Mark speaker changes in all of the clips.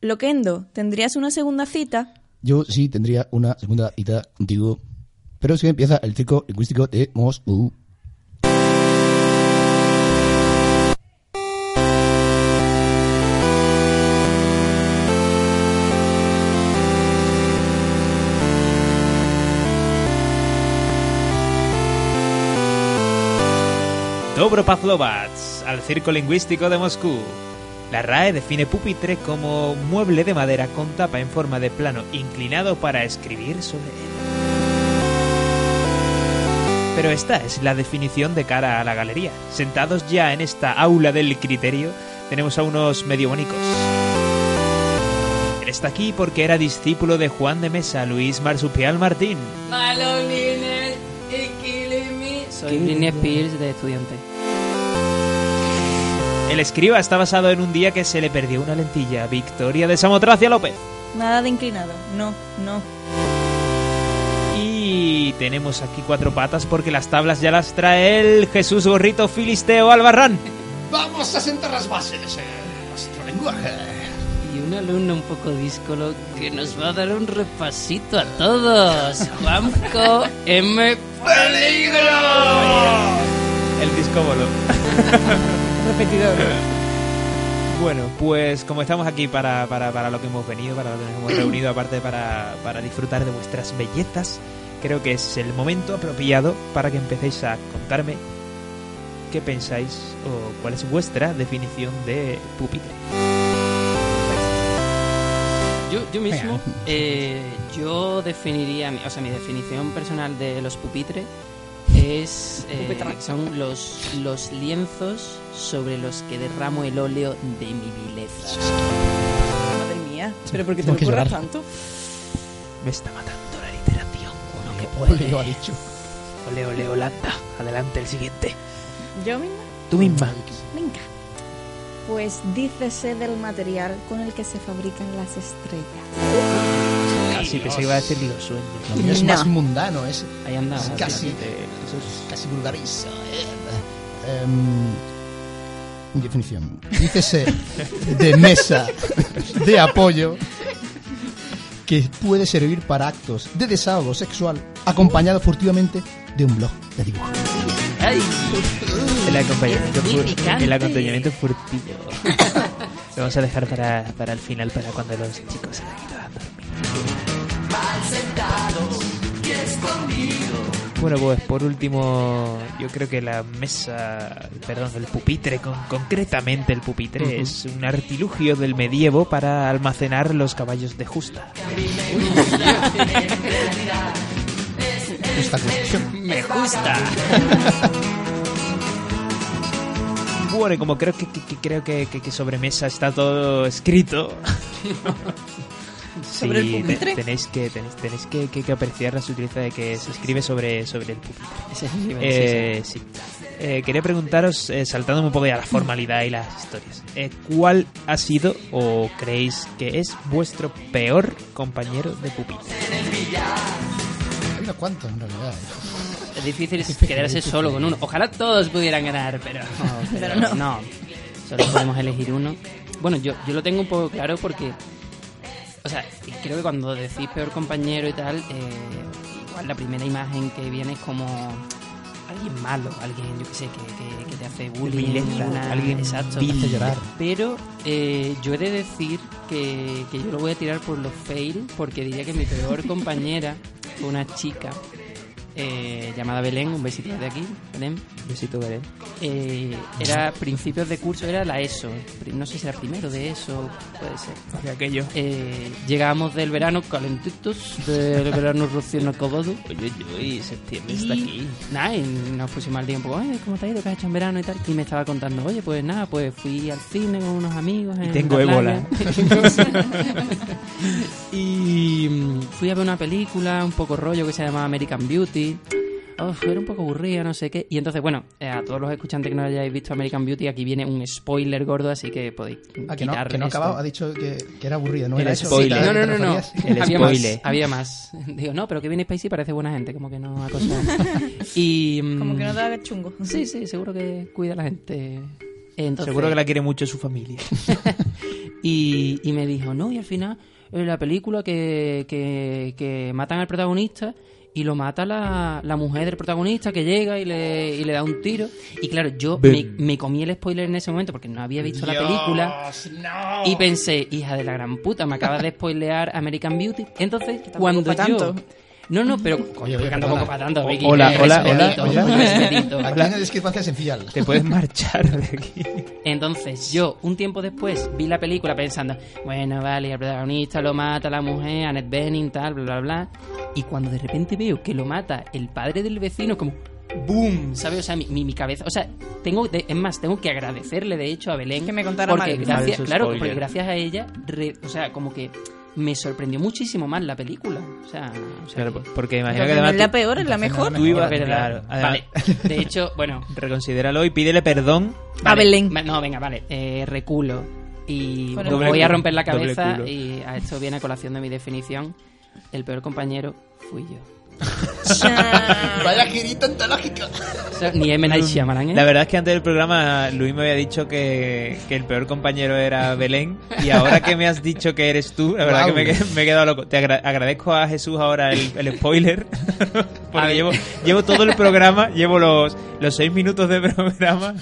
Speaker 1: Loquendo, ¿tendrías una segunda cita?
Speaker 2: Yo sí tendría una segunda cita contigo. Pero si empieza el circo lingüístico de Moscú.
Speaker 3: Dobro Pavlovats, al Circo Lingüístico de Moscú. La RAE define pupitre como mueble de madera con tapa en forma de plano inclinado para escribir sobre él. Pero esta es la definición de cara a la galería. Sentados ya en esta aula del criterio, tenemos a unos medio bonicos. Él está aquí porque era discípulo de Juan de Mesa, Luis Marsupial Martín.
Speaker 4: Malonines y killing me.
Speaker 5: Soy Britney Spears de estudiante.
Speaker 3: El escriba está basado en un día que se le perdió una lentilla. Victoria de Samotracia López.
Speaker 1: Nada de inclinado. No, no.
Speaker 3: Y tenemos aquí cuatro patas porque las tablas ya las trae el Jesús Gorrito Filisteo Albarrán.
Speaker 6: Vamos a sentar las bases en nuestro lenguaje.
Speaker 5: Y un alumno un poco díscolo que nos va a dar un repasito a todos. Juanco M.
Speaker 6: ¡Peligro!
Speaker 3: El discóbolo.
Speaker 1: Repetidor.
Speaker 3: Bueno, pues como estamos aquí para, para, para lo que hemos venido, para lo que nos hemos reunido, aparte para, para disfrutar de vuestras bellezas, creo que es el momento apropiado para que empecéis a contarme qué pensáis o cuál es vuestra definición de pupitre.
Speaker 5: Yo, yo mismo, eh, yo definiría, mi- o sea, mi definición personal de los pupitres es eh,
Speaker 1: Pupitre.
Speaker 5: son los, los lienzos sobre los que derramo el óleo de mi vileza.
Speaker 1: Madre mía. ¿Pero por qué te
Speaker 2: Tengo
Speaker 1: lo
Speaker 2: que
Speaker 1: curras
Speaker 2: llorar.
Speaker 1: tanto?
Speaker 3: Me está matando la literación. Uno que
Speaker 2: Lo ha dicho.
Speaker 3: Ole, ole, Holanda. Adelante, el siguiente.
Speaker 1: Yo misma.
Speaker 3: Tú misma.
Speaker 7: Venga. Pues dícese del material con el que se fabrican las estrellas.
Speaker 3: Así que se iba a decir los sueños.
Speaker 2: Lo mío es
Speaker 7: No.
Speaker 2: más mundano, es
Speaker 5: Ahí andamos.
Speaker 2: casi,
Speaker 5: tío.
Speaker 2: eso es casi vulgariza. Eh, em, definición. Dícese de mesa de apoyo que puede servir para actos de desahogo sexual acompañado furtivamente de un blog de dibujo.
Speaker 5: ¡Ay!
Speaker 3: El acompañamiento,
Speaker 5: Qué
Speaker 3: fur-
Speaker 5: picante.
Speaker 3: el acompañamiento furtivo. Lo vamos a dejar para, para el final, para cuando los chicos se vayan a dormir. Bueno, pues por último, yo creo que la mesa, perdón, el pupitre, con- concretamente el pupitre, es un artilugio del medievo para almacenar los caballos de justa.
Speaker 2: Esta cuestión.
Speaker 5: ¡Me gusta!
Speaker 3: Bueno, y como creo que, que- que creo que, que- que sobre mesa está todo escrito.
Speaker 1: ¿Sobre el
Speaker 3: Sí, te-
Speaker 1: pupitre?
Speaker 3: tenéis que, tenéis, tenéis que, que- que apreciar la sutileza de que se escribe sobre, sobre el pupitre.
Speaker 5: Ese es mi
Speaker 3: Eh, sí. Eh, quería preguntaros, eh, saltándome un poco ya la formalidad y las historias, eh, ¿cuál ha sido o creéis que es vuestro peor compañero de pupitre?
Speaker 2: Hay unos cuantos en realidad. eh.
Speaker 5: Es difícil quedarse solo con uno. Ojalá todos pudieran ganar, pero, pero no. Solo podemos elegir uno. Bueno, yo, yo lo tengo un poco claro porque. O sea, creo que cuando decís peor compañero y tal, eh, igual la primera imagen que viene es como alguien malo, alguien, yo qué sé, que, que- que te hace bullying,
Speaker 3: Vileza,
Speaker 5: una-
Speaker 3: alguien
Speaker 5: exacto,
Speaker 3: vil.
Speaker 2: Hace llorar.
Speaker 5: pero eh, yo he de decir que, que yo lo voy a tirar por los fail, porque diría que mi peor compañera fue una chica eh, llamada Belén, un besito de aquí, Belén.
Speaker 3: Besito, Belén.
Speaker 5: Eh, era principios de curso, era la ESO, pri- no sé si era primero de ESO, puede ser.
Speaker 3: Hacia aquello.
Speaker 5: Eh, llegábamos del verano calentitos, del verano recién acabado.
Speaker 3: Oye, oye, septiembre
Speaker 5: está aquí. Nada, y nos pusimos al día un poco, "Oye, ¿cómo te ha ido? ¿Qué has hecho en verano y tal? Y me estaba contando, oye, pues nada, pues fui al cine con unos amigos. en
Speaker 3: tengo
Speaker 5: la
Speaker 3: ébola".
Speaker 5: playa". y mm, fui a ver una película, un poco rollo, que se llamaba American Beauty. Uf, era un poco aburrida, no sé qué. Y entonces, bueno, eh, a todos los escuchantes que no hayáis visto American Beauty, aquí viene un spoiler gordo, así que podéis
Speaker 2: Ah, que no,
Speaker 5: quitar
Speaker 2: que no ha
Speaker 5: esto.
Speaker 2: acabado, ha dicho que, que era aburrida, ¿no?
Speaker 3: El
Speaker 2: era eso?
Speaker 3: spoiler.
Speaker 2: ¿Te-
Speaker 5: No, no,
Speaker 2: te
Speaker 5: no, no.
Speaker 2: referías?
Speaker 3: El
Speaker 5: había
Speaker 3: spoiler.
Speaker 5: Más, había más. Digo, no, pero que viene Spacey parece buena gente, como que no ha cosas. Y. mm,
Speaker 1: Como que no da chungo.
Speaker 5: Sí, sí, seguro que cuida a la gente. Entonces,
Speaker 3: Seguro que la quiere mucho su familia.
Speaker 5: Y, y me dijo, no, y al final eh, la película que, que, que matan al protagonista y lo mata la, la mujer del protagonista que llega y le, y le da un tiro. Y claro, yo me,
Speaker 3: Ven.
Speaker 5: me comí el spoiler en ese momento porque no había visto la
Speaker 6: Dios,
Speaker 5: película.
Speaker 6: no.
Speaker 5: Y pensé, hija de la gran puta, me acabas de spoilear American Beauty. Entonces,
Speaker 1: tampoco
Speaker 5: cuando yo...
Speaker 1: pa' tanto.
Speaker 5: No, no, pero... Coño, que
Speaker 2: Oye, oye,
Speaker 5: tampoco
Speaker 2: perdona.
Speaker 5: para tanto, Vicky.
Speaker 3: hola,
Speaker 5: eh,
Speaker 3: hola,
Speaker 5: respetito,
Speaker 3: hola, hola.
Speaker 5: respetito.
Speaker 2: Aquí hay una discrepancia sencilla.
Speaker 3: Te puedes marchar de aquí.
Speaker 5: Entonces, yo, un tiempo después, vi la película pensando, bueno, vale, el protagonista lo mata la mujer, Annette Bening, tal, bla, bla, bla. Y cuando de repente veo que lo mata el padre del vecino, como, ¡boom! ¿Sabes? O sea, mi, mi- mi cabeza. O sea, tengo, de- es más, tengo que agradecerle, de hecho, a Belén.
Speaker 1: Que me contara
Speaker 5: porque
Speaker 1: Mari.
Speaker 5: gracias,
Speaker 8: Mal
Speaker 5: Claro,
Speaker 8: spoiler.
Speaker 5: porque gracias a ella, re- o sea, como que me sorprendió muchísimo más la película. O sea, o sea,
Speaker 3: Claro,
Speaker 5: que-
Speaker 3: porque imagino que
Speaker 1: Porque no
Speaker 3: además
Speaker 1: es la
Speaker 3: tú-
Speaker 1: peor, es la mejor.
Speaker 3: tú ibas...
Speaker 5: es verdad.
Speaker 3: Claro, además,
Speaker 5: Vale. De hecho, bueno,
Speaker 3: reconsidéralo y pídele perdón.
Speaker 1: A Belén.
Speaker 5: Va- No, venga, vale. Eh, reculo. Y
Speaker 1: Con
Speaker 5: me
Speaker 1: el
Speaker 5: voy
Speaker 1: culo.
Speaker 5: a romper la
Speaker 3: Doble
Speaker 5: cabeza
Speaker 3: culo.
Speaker 5: y a esto viene a colación de mi definición. El peor compañero fui yo.
Speaker 2: Vaya girita antológica.
Speaker 5: O sea, ni M. Night Shyamalan, ¿eh?
Speaker 3: La verdad es que antes del programa Luis me había dicho que, que el peor compañero era Belén y ahora que me has dicho que eres tú, la verdad
Speaker 2: Guau.
Speaker 3: que me, he- me he quedado loco. Te agra- agradezco a Jesús ahora el, el spoiler porque llevo, llevo todo el programa, llevo los, los seis minutos de programa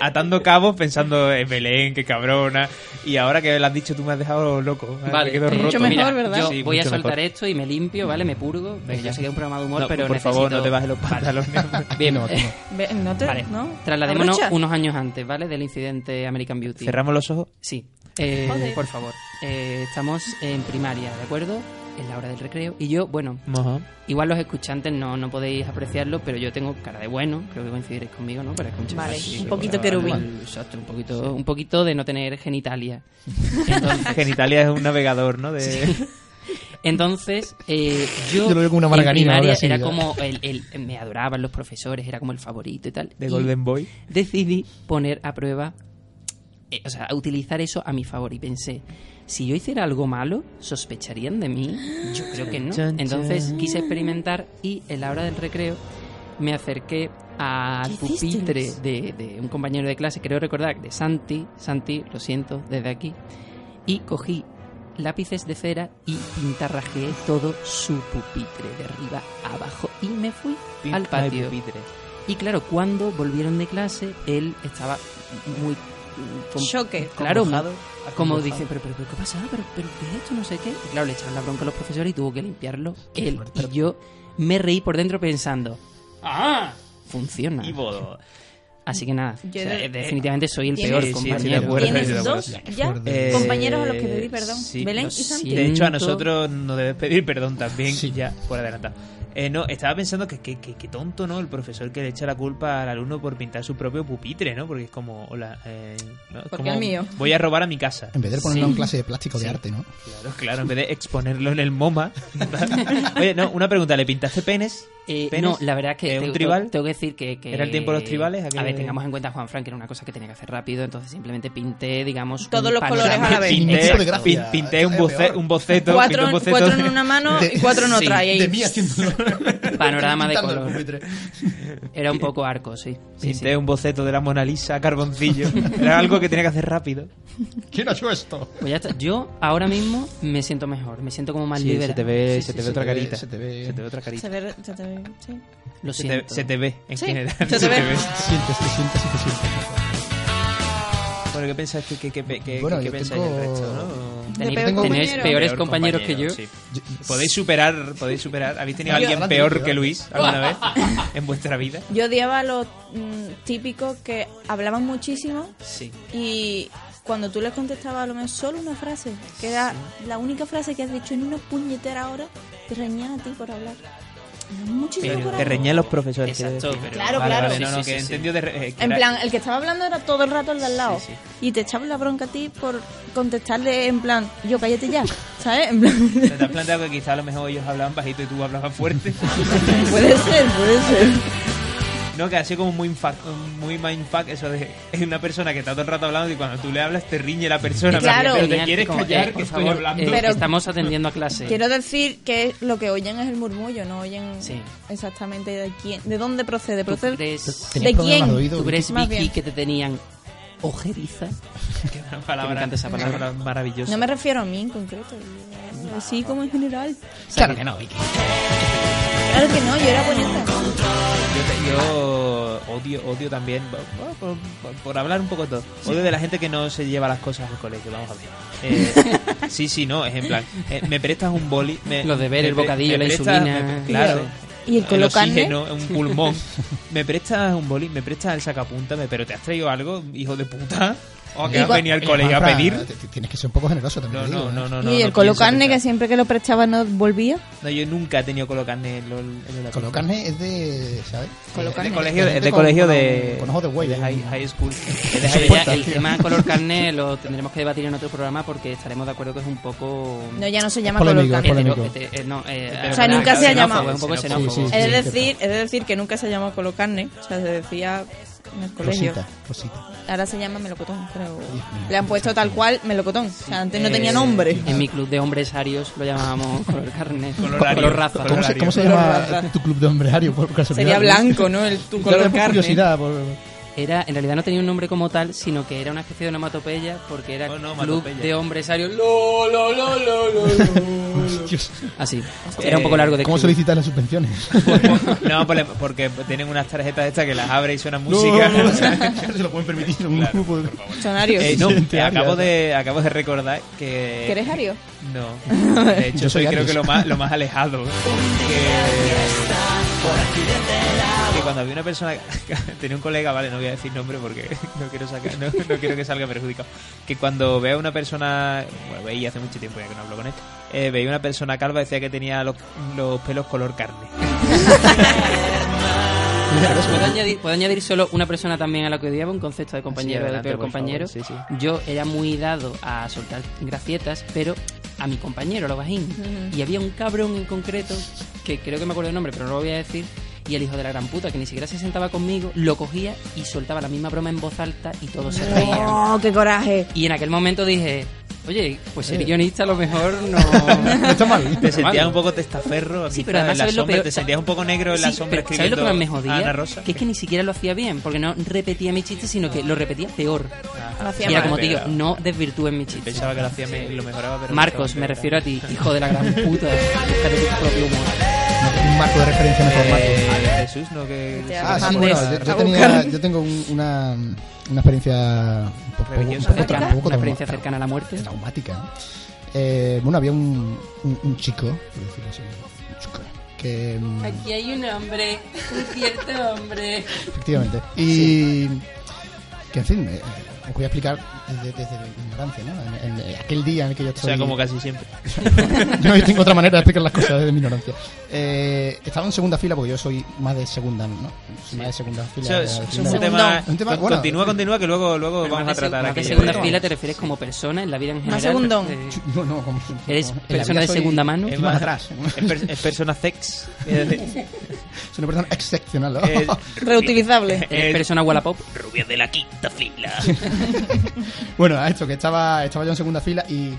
Speaker 3: atando cabos pensando en Belén, qué cabrona y ahora que lo has dicho tú me has dejado loco.
Speaker 5: Vale,
Speaker 3: me quedo
Speaker 5: eh,
Speaker 3: roto.
Speaker 1: Mucho mejor,
Speaker 5: mira,
Speaker 1: ¿verdad?
Speaker 5: Yo
Speaker 3: Sí,
Speaker 5: voy a
Speaker 3: mucho mejor.
Speaker 5: soltar esto y me limpio, ¿vale? Me purgo. Venga. Yo sé que es un programa de humor,
Speaker 3: No,
Speaker 5: pero
Speaker 3: por favor,
Speaker 5: necesito-
Speaker 3: no te bajes los
Speaker 5: Vale.
Speaker 3: pantalones.
Speaker 5: Bien,
Speaker 2: No, tú no.
Speaker 1: Ve- No te.
Speaker 5: vale.
Speaker 1: ¿no?
Speaker 5: Trasladémonos
Speaker 1: Abrocha.
Speaker 5: unos años antes, ¿vale? Del incidente American Beauty.
Speaker 3: Cerramos los ojos.
Speaker 5: Sí. Eh, por favor. Eh, estamos en primaria, ¿de acuerdo? En la hora del recreo. Y yo, bueno,
Speaker 3: Ajá.
Speaker 5: Igual los escuchantes no, no podéis apreciarlo, pero yo tengo cara de bueno, creo que coincidiréis conmigo, ¿no? Para escuchar.
Speaker 1: Vale,
Speaker 5: Sí,
Speaker 1: un
Speaker 5: sí,
Speaker 1: poquito
Speaker 5: para-
Speaker 1: querubín.
Speaker 5: Exacto, un poquito, un poquito de no tener genitalia.
Speaker 3: Genitalia es un navegador, ¿no? De...
Speaker 5: Entonces, eh, yo,
Speaker 2: Yo lo veo como una
Speaker 5: en
Speaker 2: margarina,
Speaker 5: primaria
Speaker 2: ahora sí,
Speaker 5: era
Speaker 2: ya.
Speaker 5: como el, el- me adoraban los profesores, era como el favorito y tal.
Speaker 3: de
Speaker 5: Y
Speaker 3: Golden Boy.
Speaker 5: Decidí poner a prueba, eh, o sea, a utilizar eso a mi favor y pensé, si yo hiciera algo malo, sospecharían de mí. Yo creo que no.
Speaker 3: Chan, chan.
Speaker 5: Entonces quise experimentar y en la hora del recreo me acerqué al
Speaker 1: ¿Qué hicisteis?
Speaker 5: pupitre de, de un compañero de clase, creo recordar, de Santi. Santi, lo siento, desde aquí. Y cogí lápices de cera y pintarrajeé todo su pupitre de arriba a abajo y me fui al patio. Y claro, cuando volvieron de clase, él estaba muy... con-
Speaker 1: Choque.
Speaker 5: Claro, como dice, pero, pero, pero, ¿qué pasa? ¿Pero, pero qué es esto? No sé qué. Y claro, le echaron la bronca a los profesores y tuvo que limpiarlo él. Y yo me reí por dentro pensando, ¡ah! Funciona. Así que nada,
Speaker 1: Yo
Speaker 5: o sea,
Speaker 3: eh,
Speaker 1: de-
Speaker 5: definitivamente soy el
Speaker 1: Sí,
Speaker 5: peor
Speaker 3: sí, sí,
Speaker 5: compañero.
Speaker 3: estoy de acuerdo.
Speaker 1: Tienes
Speaker 3: Sí, sí,
Speaker 1: dos
Speaker 3: sí,
Speaker 1: ya
Speaker 3: Eh,
Speaker 1: compañeros a los que pedí perdón.
Speaker 3: sí,
Speaker 1: Belén
Speaker 5: lo
Speaker 1: y Santi.
Speaker 5: siento.
Speaker 3: De hecho, a
Speaker 5: Siento-
Speaker 3: nosotros nos debes pedir perdón también,
Speaker 2: Sí.
Speaker 3: ya por adelantado. Eh, no, estaba pensando que qué tonto, ¿no? El profesor que le echa la culpa al alumno por pintar su propio pupitre, ¿no? Porque es como, hola, eh, ¿no? Es
Speaker 1: Porque
Speaker 3: como,
Speaker 1: el mío.
Speaker 3: Voy a robar a mi casa.
Speaker 2: En vez de ponerlo
Speaker 5: Sí.
Speaker 2: en clase de plástico de
Speaker 5: Sí.
Speaker 2: arte, ¿no?
Speaker 3: Claro, claro, en vez de exponerlo en el MoMA. Oye, no, una pregunta, ¿le pintaste penes?
Speaker 5: Eh,
Speaker 3: ¿Penes?
Speaker 5: no, la verdad es que
Speaker 3: ¿Eh, un
Speaker 5: tengo,
Speaker 3: tribal?
Speaker 5: tengo que decir que, que-
Speaker 3: ¿Era el tiempo de los tribales? ¿A qué-
Speaker 5: A ver, tengamos en cuenta Juan Frank, que era una cosa que tenía que hacer rápido, entonces simplemente pinté, digamos,
Speaker 1: Todos los colores
Speaker 5: panorama.
Speaker 1: a la vez.
Speaker 2: Sin ningún
Speaker 3: Pinté,
Speaker 2: tipo de gracia.
Speaker 3: pin- pinté un,
Speaker 2: Es
Speaker 3: boce-
Speaker 2: peor.
Speaker 3: un boceto. pinté
Speaker 1: Cuatro,
Speaker 3: un boceto
Speaker 1: cuatro en
Speaker 3: de-
Speaker 1: una mano
Speaker 2: de-
Speaker 1: y cuatro en
Speaker 5: Sí,
Speaker 1: otra. y-
Speaker 2: De mí haciendo
Speaker 5: Panorama de
Speaker 2: pintando el
Speaker 5: color.
Speaker 2: pupitre.
Speaker 5: Era un poco arco, sí. sí, sí.
Speaker 3: Pinté un boceto de la Mona Lisa a carboncillo. Era algo que tenía que hacer rápido.
Speaker 2: ¿Quién ha hecho esto?
Speaker 5: Pues ya está. Yo ahora mismo me siento mejor, me siento como más liberado.
Speaker 3: ve,
Speaker 2: Sí, sí, se te ve- se te ve.
Speaker 3: otra
Speaker 1: Se
Speaker 3: carita.
Speaker 1: ve- se te ve- sí.
Speaker 5: Lo
Speaker 3: Se te,
Speaker 5: siento.
Speaker 3: se te ve, en
Speaker 1: Sí,
Speaker 3: general.
Speaker 1: se te ve.
Speaker 2: Sientes, te sientes y te sientes.
Speaker 3: Bueno, ¿qué pensáis, que, que, que, que-
Speaker 2: Bueno,
Speaker 3: que
Speaker 2: yo
Speaker 3: pensáis
Speaker 2: tengo-
Speaker 3: el resto? ¿no?
Speaker 5: Tenéis,
Speaker 1: peor compañero.
Speaker 5: tenéis peores
Speaker 3: Peor
Speaker 5: compañeros
Speaker 3: compañero,
Speaker 5: que yo.
Speaker 3: sí. ¿Podéis superar, podéis superar? ¿Habéis tenido a
Speaker 2: Yo-
Speaker 3: alguien peor que Luis alguna vez en vuestra vida?
Speaker 1: Yo odiaba a los mm, típicos que hablaban muchísimo
Speaker 5: Sí.
Speaker 1: y cuando tú les contestabas a lo mejor solo una frase, que era la única frase que has dicho en una puñetera hora, te reñían a ti por hablar. Muchísimo por
Speaker 3: Te
Speaker 1: hablar.
Speaker 3: reñían los profesores. quiero
Speaker 5: Exacto,
Speaker 3: decir.
Speaker 5: pero-
Speaker 1: Claro,
Speaker 3: Vale,
Speaker 1: claro.
Speaker 3: vale, no,
Speaker 5: Sí,
Speaker 3: no,
Speaker 5: sí,
Speaker 3: que
Speaker 5: sí, sí.
Speaker 3: entendió de re- eh, que
Speaker 1: En
Speaker 3: era-
Speaker 1: plan, el que estaba hablando era todo el rato el de al lado.
Speaker 3: Sí,
Speaker 1: Y te echaban la bronca a ti por contestarle en plan, yo cállate ya, ¿sabes? En plan,
Speaker 3: ¿Te has planteado que quizá a lo mejor ellos hablaban bajito y tú hablabas fuerte?
Speaker 1: puede ser, puede ser.
Speaker 3: No, que ha sido como muy, infac- muy mindfuck eso de es una persona que está todo el rato hablando y cuando tú le hablas te riñe la persona.
Speaker 1: Claro.
Speaker 3: pero te
Speaker 5: Tenían
Speaker 3: quieres
Speaker 5: como, eh,
Speaker 3: callar
Speaker 5: por
Speaker 3: que
Speaker 5: favor,
Speaker 3: estoy hablando.
Speaker 5: eh,
Speaker 1: Pero-
Speaker 5: Estamos atendiendo a clase.
Speaker 1: Quiero decir que lo que oyen es el murmullo, no oyen
Speaker 5: Sí.
Speaker 1: exactamente de quién, de dónde procede.
Speaker 5: ¿Tú
Speaker 1: procede
Speaker 5: crees,
Speaker 2: ¿Tenías
Speaker 1: ¿De
Speaker 2: problemas
Speaker 1: quién?
Speaker 2: de oído?
Speaker 5: tú crees,
Speaker 1: Más
Speaker 5: Vicky,
Speaker 1: bien.
Speaker 5: que te tenían ojeriza.
Speaker 3: Una palabra,
Speaker 5: Me encanta esa
Speaker 3: una
Speaker 5: palabra.
Speaker 3: maravillosa.
Speaker 1: No me refiero a mí en concreto, yo- así como en general.
Speaker 2: Claro que no, Vicky.
Speaker 1: Claro que no, yo era bonita.
Speaker 3: Yo, te- yo odio, odio también, por, por- por- por hablar un poco de todo, odio de la gente que no se lleva las cosas al colegio, vamos a ver. Eh, sí, sí, no, es en plan, eh, me prestas un boli... Me,
Speaker 5: Los deberes,
Speaker 3: me
Speaker 5: el
Speaker 3: pre-
Speaker 5: bocadillo,
Speaker 3: me
Speaker 5: la
Speaker 3: prestas-
Speaker 5: insulina.
Speaker 3: me- claro.
Speaker 1: Y el colocante.
Speaker 3: oxígeno, un pulmón. me prestas un boli, me prestas el sacapunta, me- pero te has traído algo, hijo de puta, o que has
Speaker 1: Igual-
Speaker 3: venido al colegio a
Speaker 2: Juanfran,
Speaker 3: pedir.
Speaker 2: t- Tienes que ser un poco generoso también.
Speaker 3: No,
Speaker 2: te digo,
Speaker 3: no, no,
Speaker 2: ¿eh?
Speaker 1: y
Speaker 3: no.
Speaker 1: el
Speaker 3: no pienso
Speaker 1: colocarne que
Speaker 3: prestar.
Speaker 1: siempre que lo prestaba no volvía.
Speaker 3: No, yo nunca he tenido colocarne en los- en los-
Speaker 2: Colo carne ¿eh? es de, ¿sabes?
Speaker 3: Es
Speaker 1: Colocarne.
Speaker 3: de colegio, es de,
Speaker 2: con-
Speaker 3: colegio
Speaker 2: con-
Speaker 3: de.
Speaker 2: con ojos de buey,
Speaker 3: de high,
Speaker 2: ¿eh?
Speaker 3: high school. Es de
Speaker 5: Pero
Speaker 3: high
Speaker 5: ya
Speaker 3: school.
Speaker 5: el tema color carne lo tendremos que debatir en otro programa porque estaremos de acuerdo que es un poco...
Speaker 1: No, ya no se llama
Speaker 2: polémico,
Speaker 1: colocante.
Speaker 2: es
Speaker 5: hetero-
Speaker 2: polémico.
Speaker 5: hete- eh, no, eh,
Speaker 3: Hetero-
Speaker 1: O sea, nunca se ha
Speaker 5: xenófobo,
Speaker 1: llamado.
Speaker 5: es un poco
Speaker 3: Sí, sí,
Speaker 5: xenófobo.
Speaker 2: sí.
Speaker 1: Es
Speaker 2: cierto.
Speaker 1: decir, es decir que nunca se llamó colocarne, o sea, se decía en el colegio.
Speaker 2: Rosita, Rosita.
Speaker 1: Ahora se llama melocotón, creo.
Speaker 2: mío.
Speaker 1: Le han puesto tal cual melocotón. O sea, antes no
Speaker 5: Eh,
Speaker 1: tenía nombre.
Speaker 5: En mi club de hombres arios lo llamábamos color carne.
Speaker 3: Colorario.
Speaker 5: Color raza.
Speaker 2: ¿Cómo se, cómo se llama tu club de hombreario? Por
Speaker 1: Sería
Speaker 2: casualidad?
Speaker 1: blanco, ¿no? El, tu
Speaker 2: Yo
Speaker 1: color
Speaker 2: tengo
Speaker 1: carne.
Speaker 2: curiosidad. Por...
Speaker 5: Era, en realidad no tenía un nombre como tal, sino que era una especie de onomatopeya porque era
Speaker 3: Oh, no,
Speaker 5: club
Speaker 3: onomatopeya.
Speaker 5: de hombres arios.
Speaker 4: Lo, lo, lo, lo, lo, lo.
Speaker 3: Mm.
Speaker 2: Dios,
Speaker 5: Así. Era un poco largo de
Speaker 2: ¿Cómo
Speaker 5: club.
Speaker 2: solicitar las subvenciones?
Speaker 3: No, por- porque tienen unas tarjetas estas que las abre y suena música.
Speaker 2: No, no,
Speaker 3: o sea.
Speaker 2: no se lo pueden permitir un grupo de...
Speaker 1: Sonarios.
Speaker 3: Eh, no,
Speaker 2: Gente
Speaker 3: eh, acabo
Speaker 2: aria.
Speaker 3: de, acabo de recordar que.
Speaker 1: ¿Quieres Ario?
Speaker 3: No. De hecho,
Speaker 2: Yo soy
Speaker 3: soy creo
Speaker 2: Aries.
Speaker 3: que lo más, lo más alejado. Que, que cuando había una persona. Tenía un colega, vale, no voy a decir nombre porque no quiero, sacar, no, no quiero que salga perjudicado. Que cuando veo a una persona. Bueno, veía hace mucho tiempo ya que no hablo con él. eh, veía una persona calva decía que tenía los, los pelos color carne.
Speaker 5: ¿Puedo añadir, puedo añadir solo una persona también a la que odiaba, un concepto de compañero,
Speaker 3: Sí,
Speaker 5: de
Speaker 3: adelante,
Speaker 5: peor
Speaker 3: por
Speaker 5: compañero?
Speaker 3: favor, sí,
Speaker 5: Yo era muy dado a soltar gracietas, pero a mi compañero, lo bajín. Y había un cabrón en concreto, que creo que me acuerdo el nombre, pero no lo voy a decir. Y el hijo de la gran puta, que ni siquiera se sentaba conmigo, lo cogía y soltaba la misma broma en voz alta y todos se reían.
Speaker 1: ¡Oh, qué coraje!
Speaker 5: Y en aquel momento dije, oye, pues ser guionista a lo mejor no...
Speaker 2: No está mal.
Speaker 3: Te sentías
Speaker 5: malo.
Speaker 3: un poco testaferro,
Speaker 5: Sí,
Speaker 3: quizá,
Speaker 5: pero además
Speaker 3: en la
Speaker 5: ¿sabes lo
Speaker 3: sombra,
Speaker 5: peor?
Speaker 3: te sentías un poco negro en la
Speaker 5: Sí,
Speaker 3: sombra
Speaker 5: pero ¿Sabes lo que más me
Speaker 3: escribiendo a Ana
Speaker 5: jodía?
Speaker 3: Rosa.
Speaker 5: Que es que ni siquiera lo hacía bien, porque no repetía mi chiste, sino que lo repetía peor.
Speaker 1: No hacía
Speaker 5: Y era
Speaker 1: mal.
Speaker 5: como, tío, no desvirtúen mi chiste.
Speaker 3: Pensaba que lo hacía me- lo mejoraba, pero
Speaker 5: Marcos,
Speaker 3: no,
Speaker 5: me
Speaker 3: no, no.
Speaker 5: refiero a ti, hijo de la gran puta. Búscate tu propio humor.
Speaker 2: Un marco de referencia mejor. Marco.
Speaker 3: Eh, Jesús, ¿no? Que...
Speaker 1: Te
Speaker 2: Ah, sí,
Speaker 1: Vamos
Speaker 2: bueno,
Speaker 1: a
Speaker 2: yo, yo
Speaker 1: buscar.
Speaker 2: tenía, yo tengo un- una, una experiencia un poco, un
Speaker 3: Religiosa.
Speaker 2: poco,
Speaker 5: Otra,
Speaker 2: un poco
Speaker 5: una experiencia
Speaker 2: trauma-
Speaker 5: cercana a la muerte.
Speaker 2: traumática. ¿no? Eh, bueno, había un, un, un chico, por decirlo así, un chico, que mm,
Speaker 4: Aquí hay un hombre, un cierto hombre.
Speaker 2: efectivamente, y que en fin, me, os voy a explicar desde, desde mi ignorancia, ¿no? En, en aquel día en el que yo
Speaker 3: O
Speaker 2: estoy...
Speaker 3: sea, como casi siempre.
Speaker 2: yo no tengo otra manera de explicar las cosas desde mi ignorancia. Eh, estaba en segunda fila porque yo soy más de segunda, ¿no? Soy más de segunda
Speaker 3: O
Speaker 2: fila.
Speaker 3: sea,
Speaker 2: de
Speaker 3: es
Speaker 2: la
Speaker 3: es
Speaker 2: primera.
Speaker 3: un tema...
Speaker 2: Un tema,
Speaker 3: con-
Speaker 2: bueno,
Speaker 3: continúa, continúa, que luego, luego vamos a
Speaker 5: Más de
Speaker 3: tratar
Speaker 5: seg- más
Speaker 3: aquí.
Speaker 5: de segunda
Speaker 3: Eh,
Speaker 5: fila te refieres como persona en la vida en general.
Speaker 1: Más segundón.
Speaker 5: Eh,
Speaker 2: No, no, como-
Speaker 5: ¿Eres
Speaker 2: como- en la
Speaker 5: persona
Speaker 2: vida
Speaker 5: de segunda mano?
Speaker 2: encima
Speaker 3: Es más-
Speaker 2: de atrás.
Speaker 3: Es, per- es persona sex. Es decir,
Speaker 2: Soy una persona excepcional. ¿no?
Speaker 3: eh,
Speaker 1: Reutilizable.
Speaker 5: ¿Eres
Speaker 3: Eh,
Speaker 5: persona Wallapop?
Speaker 3: Rubia de la quinta fila.
Speaker 2: bueno, a esto, que estaba, estaba yo en segunda fila y, y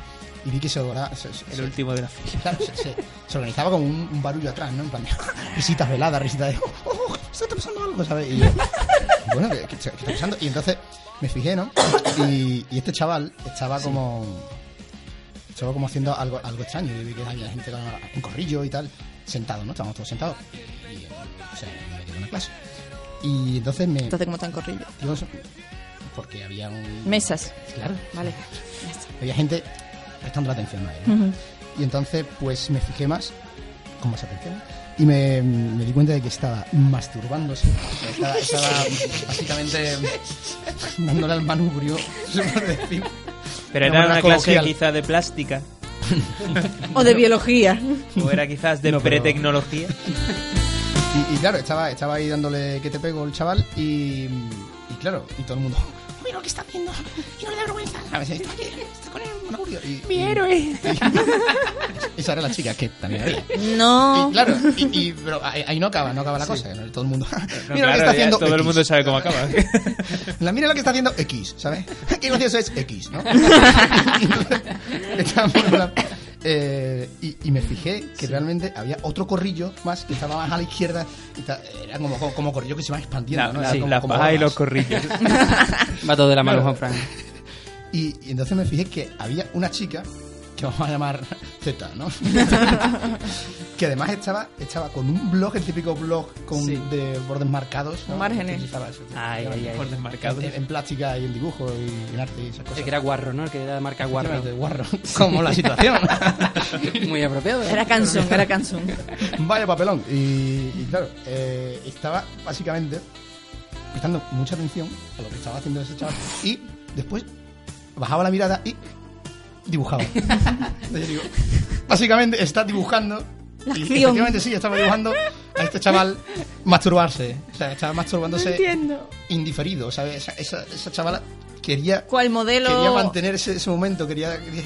Speaker 2: vi que se adoraba. Se, se-
Speaker 3: El último de la fila.
Speaker 2: claro, se, se- se organizaba como un, un barullo atrás, ¿no? En plan, risitas veladas, risitas de. "Oh, oh, se está pasando algo, ¿sabes? Y yo, bueno, ¿qué, qué- qué está pasando? Y entonces me fijé, ¿no? Y, y este chaval estaba como. Estaba como haciendo algo, algo extraño. Yo vi que había gente con un corrillo y tal, sentado, ¿no? Estábamos todos sentados. Y, eh, o sea, me dio una clase. Y entonces me.
Speaker 1: Entonces, ¿cómo están corriendo?
Speaker 2: digo, porque había un.
Speaker 1: Mesas.
Speaker 2: Claro.
Speaker 1: Vale.
Speaker 2: Había gente prestando la atención a él. ¿no? Y entonces, pues me fijé más, con más atención, y me, me di cuenta de que estaba masturbándose. Estaba, estaba básicamente dándole al manubrio, se puede decir.
Speaker 3: Pero
Speaker 2: Una
Speaker 3: era una
Speaker 2: buena
Speaker 3: clase
Speaker 2: coloquial.
Speaker 3: quizá de plástica.
Speaker 1: O de biología.
Speaker 3: O era quizás de
Speaker 2: No, pero-
Speaker 3: pretecnología.
Speaker 2: Y, y claro, estaba, estaba ahí dándole que te pego el chaval, y, y claro, y todo el mundo. Mira lo que está haciendo, y no le da vergüenza. A veces está, aquí, está con el manubrio. Y, Mi héroe. esa era la chica que también había.
Speaker 1: No.
Speaker 2: Y, claro, y, y- pero ahí, ahí no acaba, no acaba la cosa. ¿no? Todo el mundo.
Speaker 3: No,
Speaker 2: mira lo
Speaker 3: claro,
Speaker 2: que está
Speaker 3: ya
Speaker 2: haciendo.
Speaker 3: todo el
Speaker 2: X".
Speaker 3: mundo sabe cómo acaba.
Speaker 2: La mira lo que está haciendo X, ¿sabes? Qué gracioso es X, ¿no? Estábamos en la- Eh, y, y me fijé que realmente había otro corrillo más que estaba más a la izquierda. y ta- Era como, como, como corrillo que se va expandiendo,
Speaker 3: La-
Speaker 2: ¿no?
Speaker 3: la-
Speaker 2: Era como-
Speaker 3: las
Speaker 2: como
Speaker 3: pajas y
Speaker 2: bolas.
Speaker 3: los corrillos.
Speaker 5: Va todo de la mano,
Speaker 2: Claro.
Speaker 5: Juan Fran.
Speaker 2: Y, y entonces me fijé que había una chica que vamos a llamar Z, ¿no? que además estaba, estaba con un blog, el típico blog con,
Speaker 3: Sí. Ah,
Speaker 2: de bordes marcados. ¿no?
Speaker 7: Márgenes.
Speaker 2: Entonces estaba eso,
Speaker 5: Ay,
Speaker 2: estaba
Speaker 5: ay, ay.
Speaker 3: Por desmarcado.
Speaker 2: En, en plástica y en dibujo y en arte y esas cosas.
Speaker 5: El que era guarro, ¿no? El que era de marca guarro.
Speaker 2: de guarro. Como la situación.
Speaker 5: Muy apropiado. ¿eh?
Speaker 1: Era canción, era canción.
Speaker 2: Vaya papelón. Y, y claro, eh, estaba básicamente prestando mucha atención a lo que estaba haciendo ese chaval. Y después bajaba la mirada y dibujaba. Entonces yo digo, básicamente está dibujando.
Speaker 1: La
Speaker 2: y
Speaker 1: acción.
Speaker 2: efectivamente sí, estaba dibujando a este chaval masturbarse. O sea, estaba masturbándose
Speaker 1: entiendo.
Speaker 2: indiferido. ¿sabes? Esa, esa, esa chavala quería,
Speaker 1: ¿Cuál modelo?
Speaker 2: quería mantener ese, ese momento, quería, quería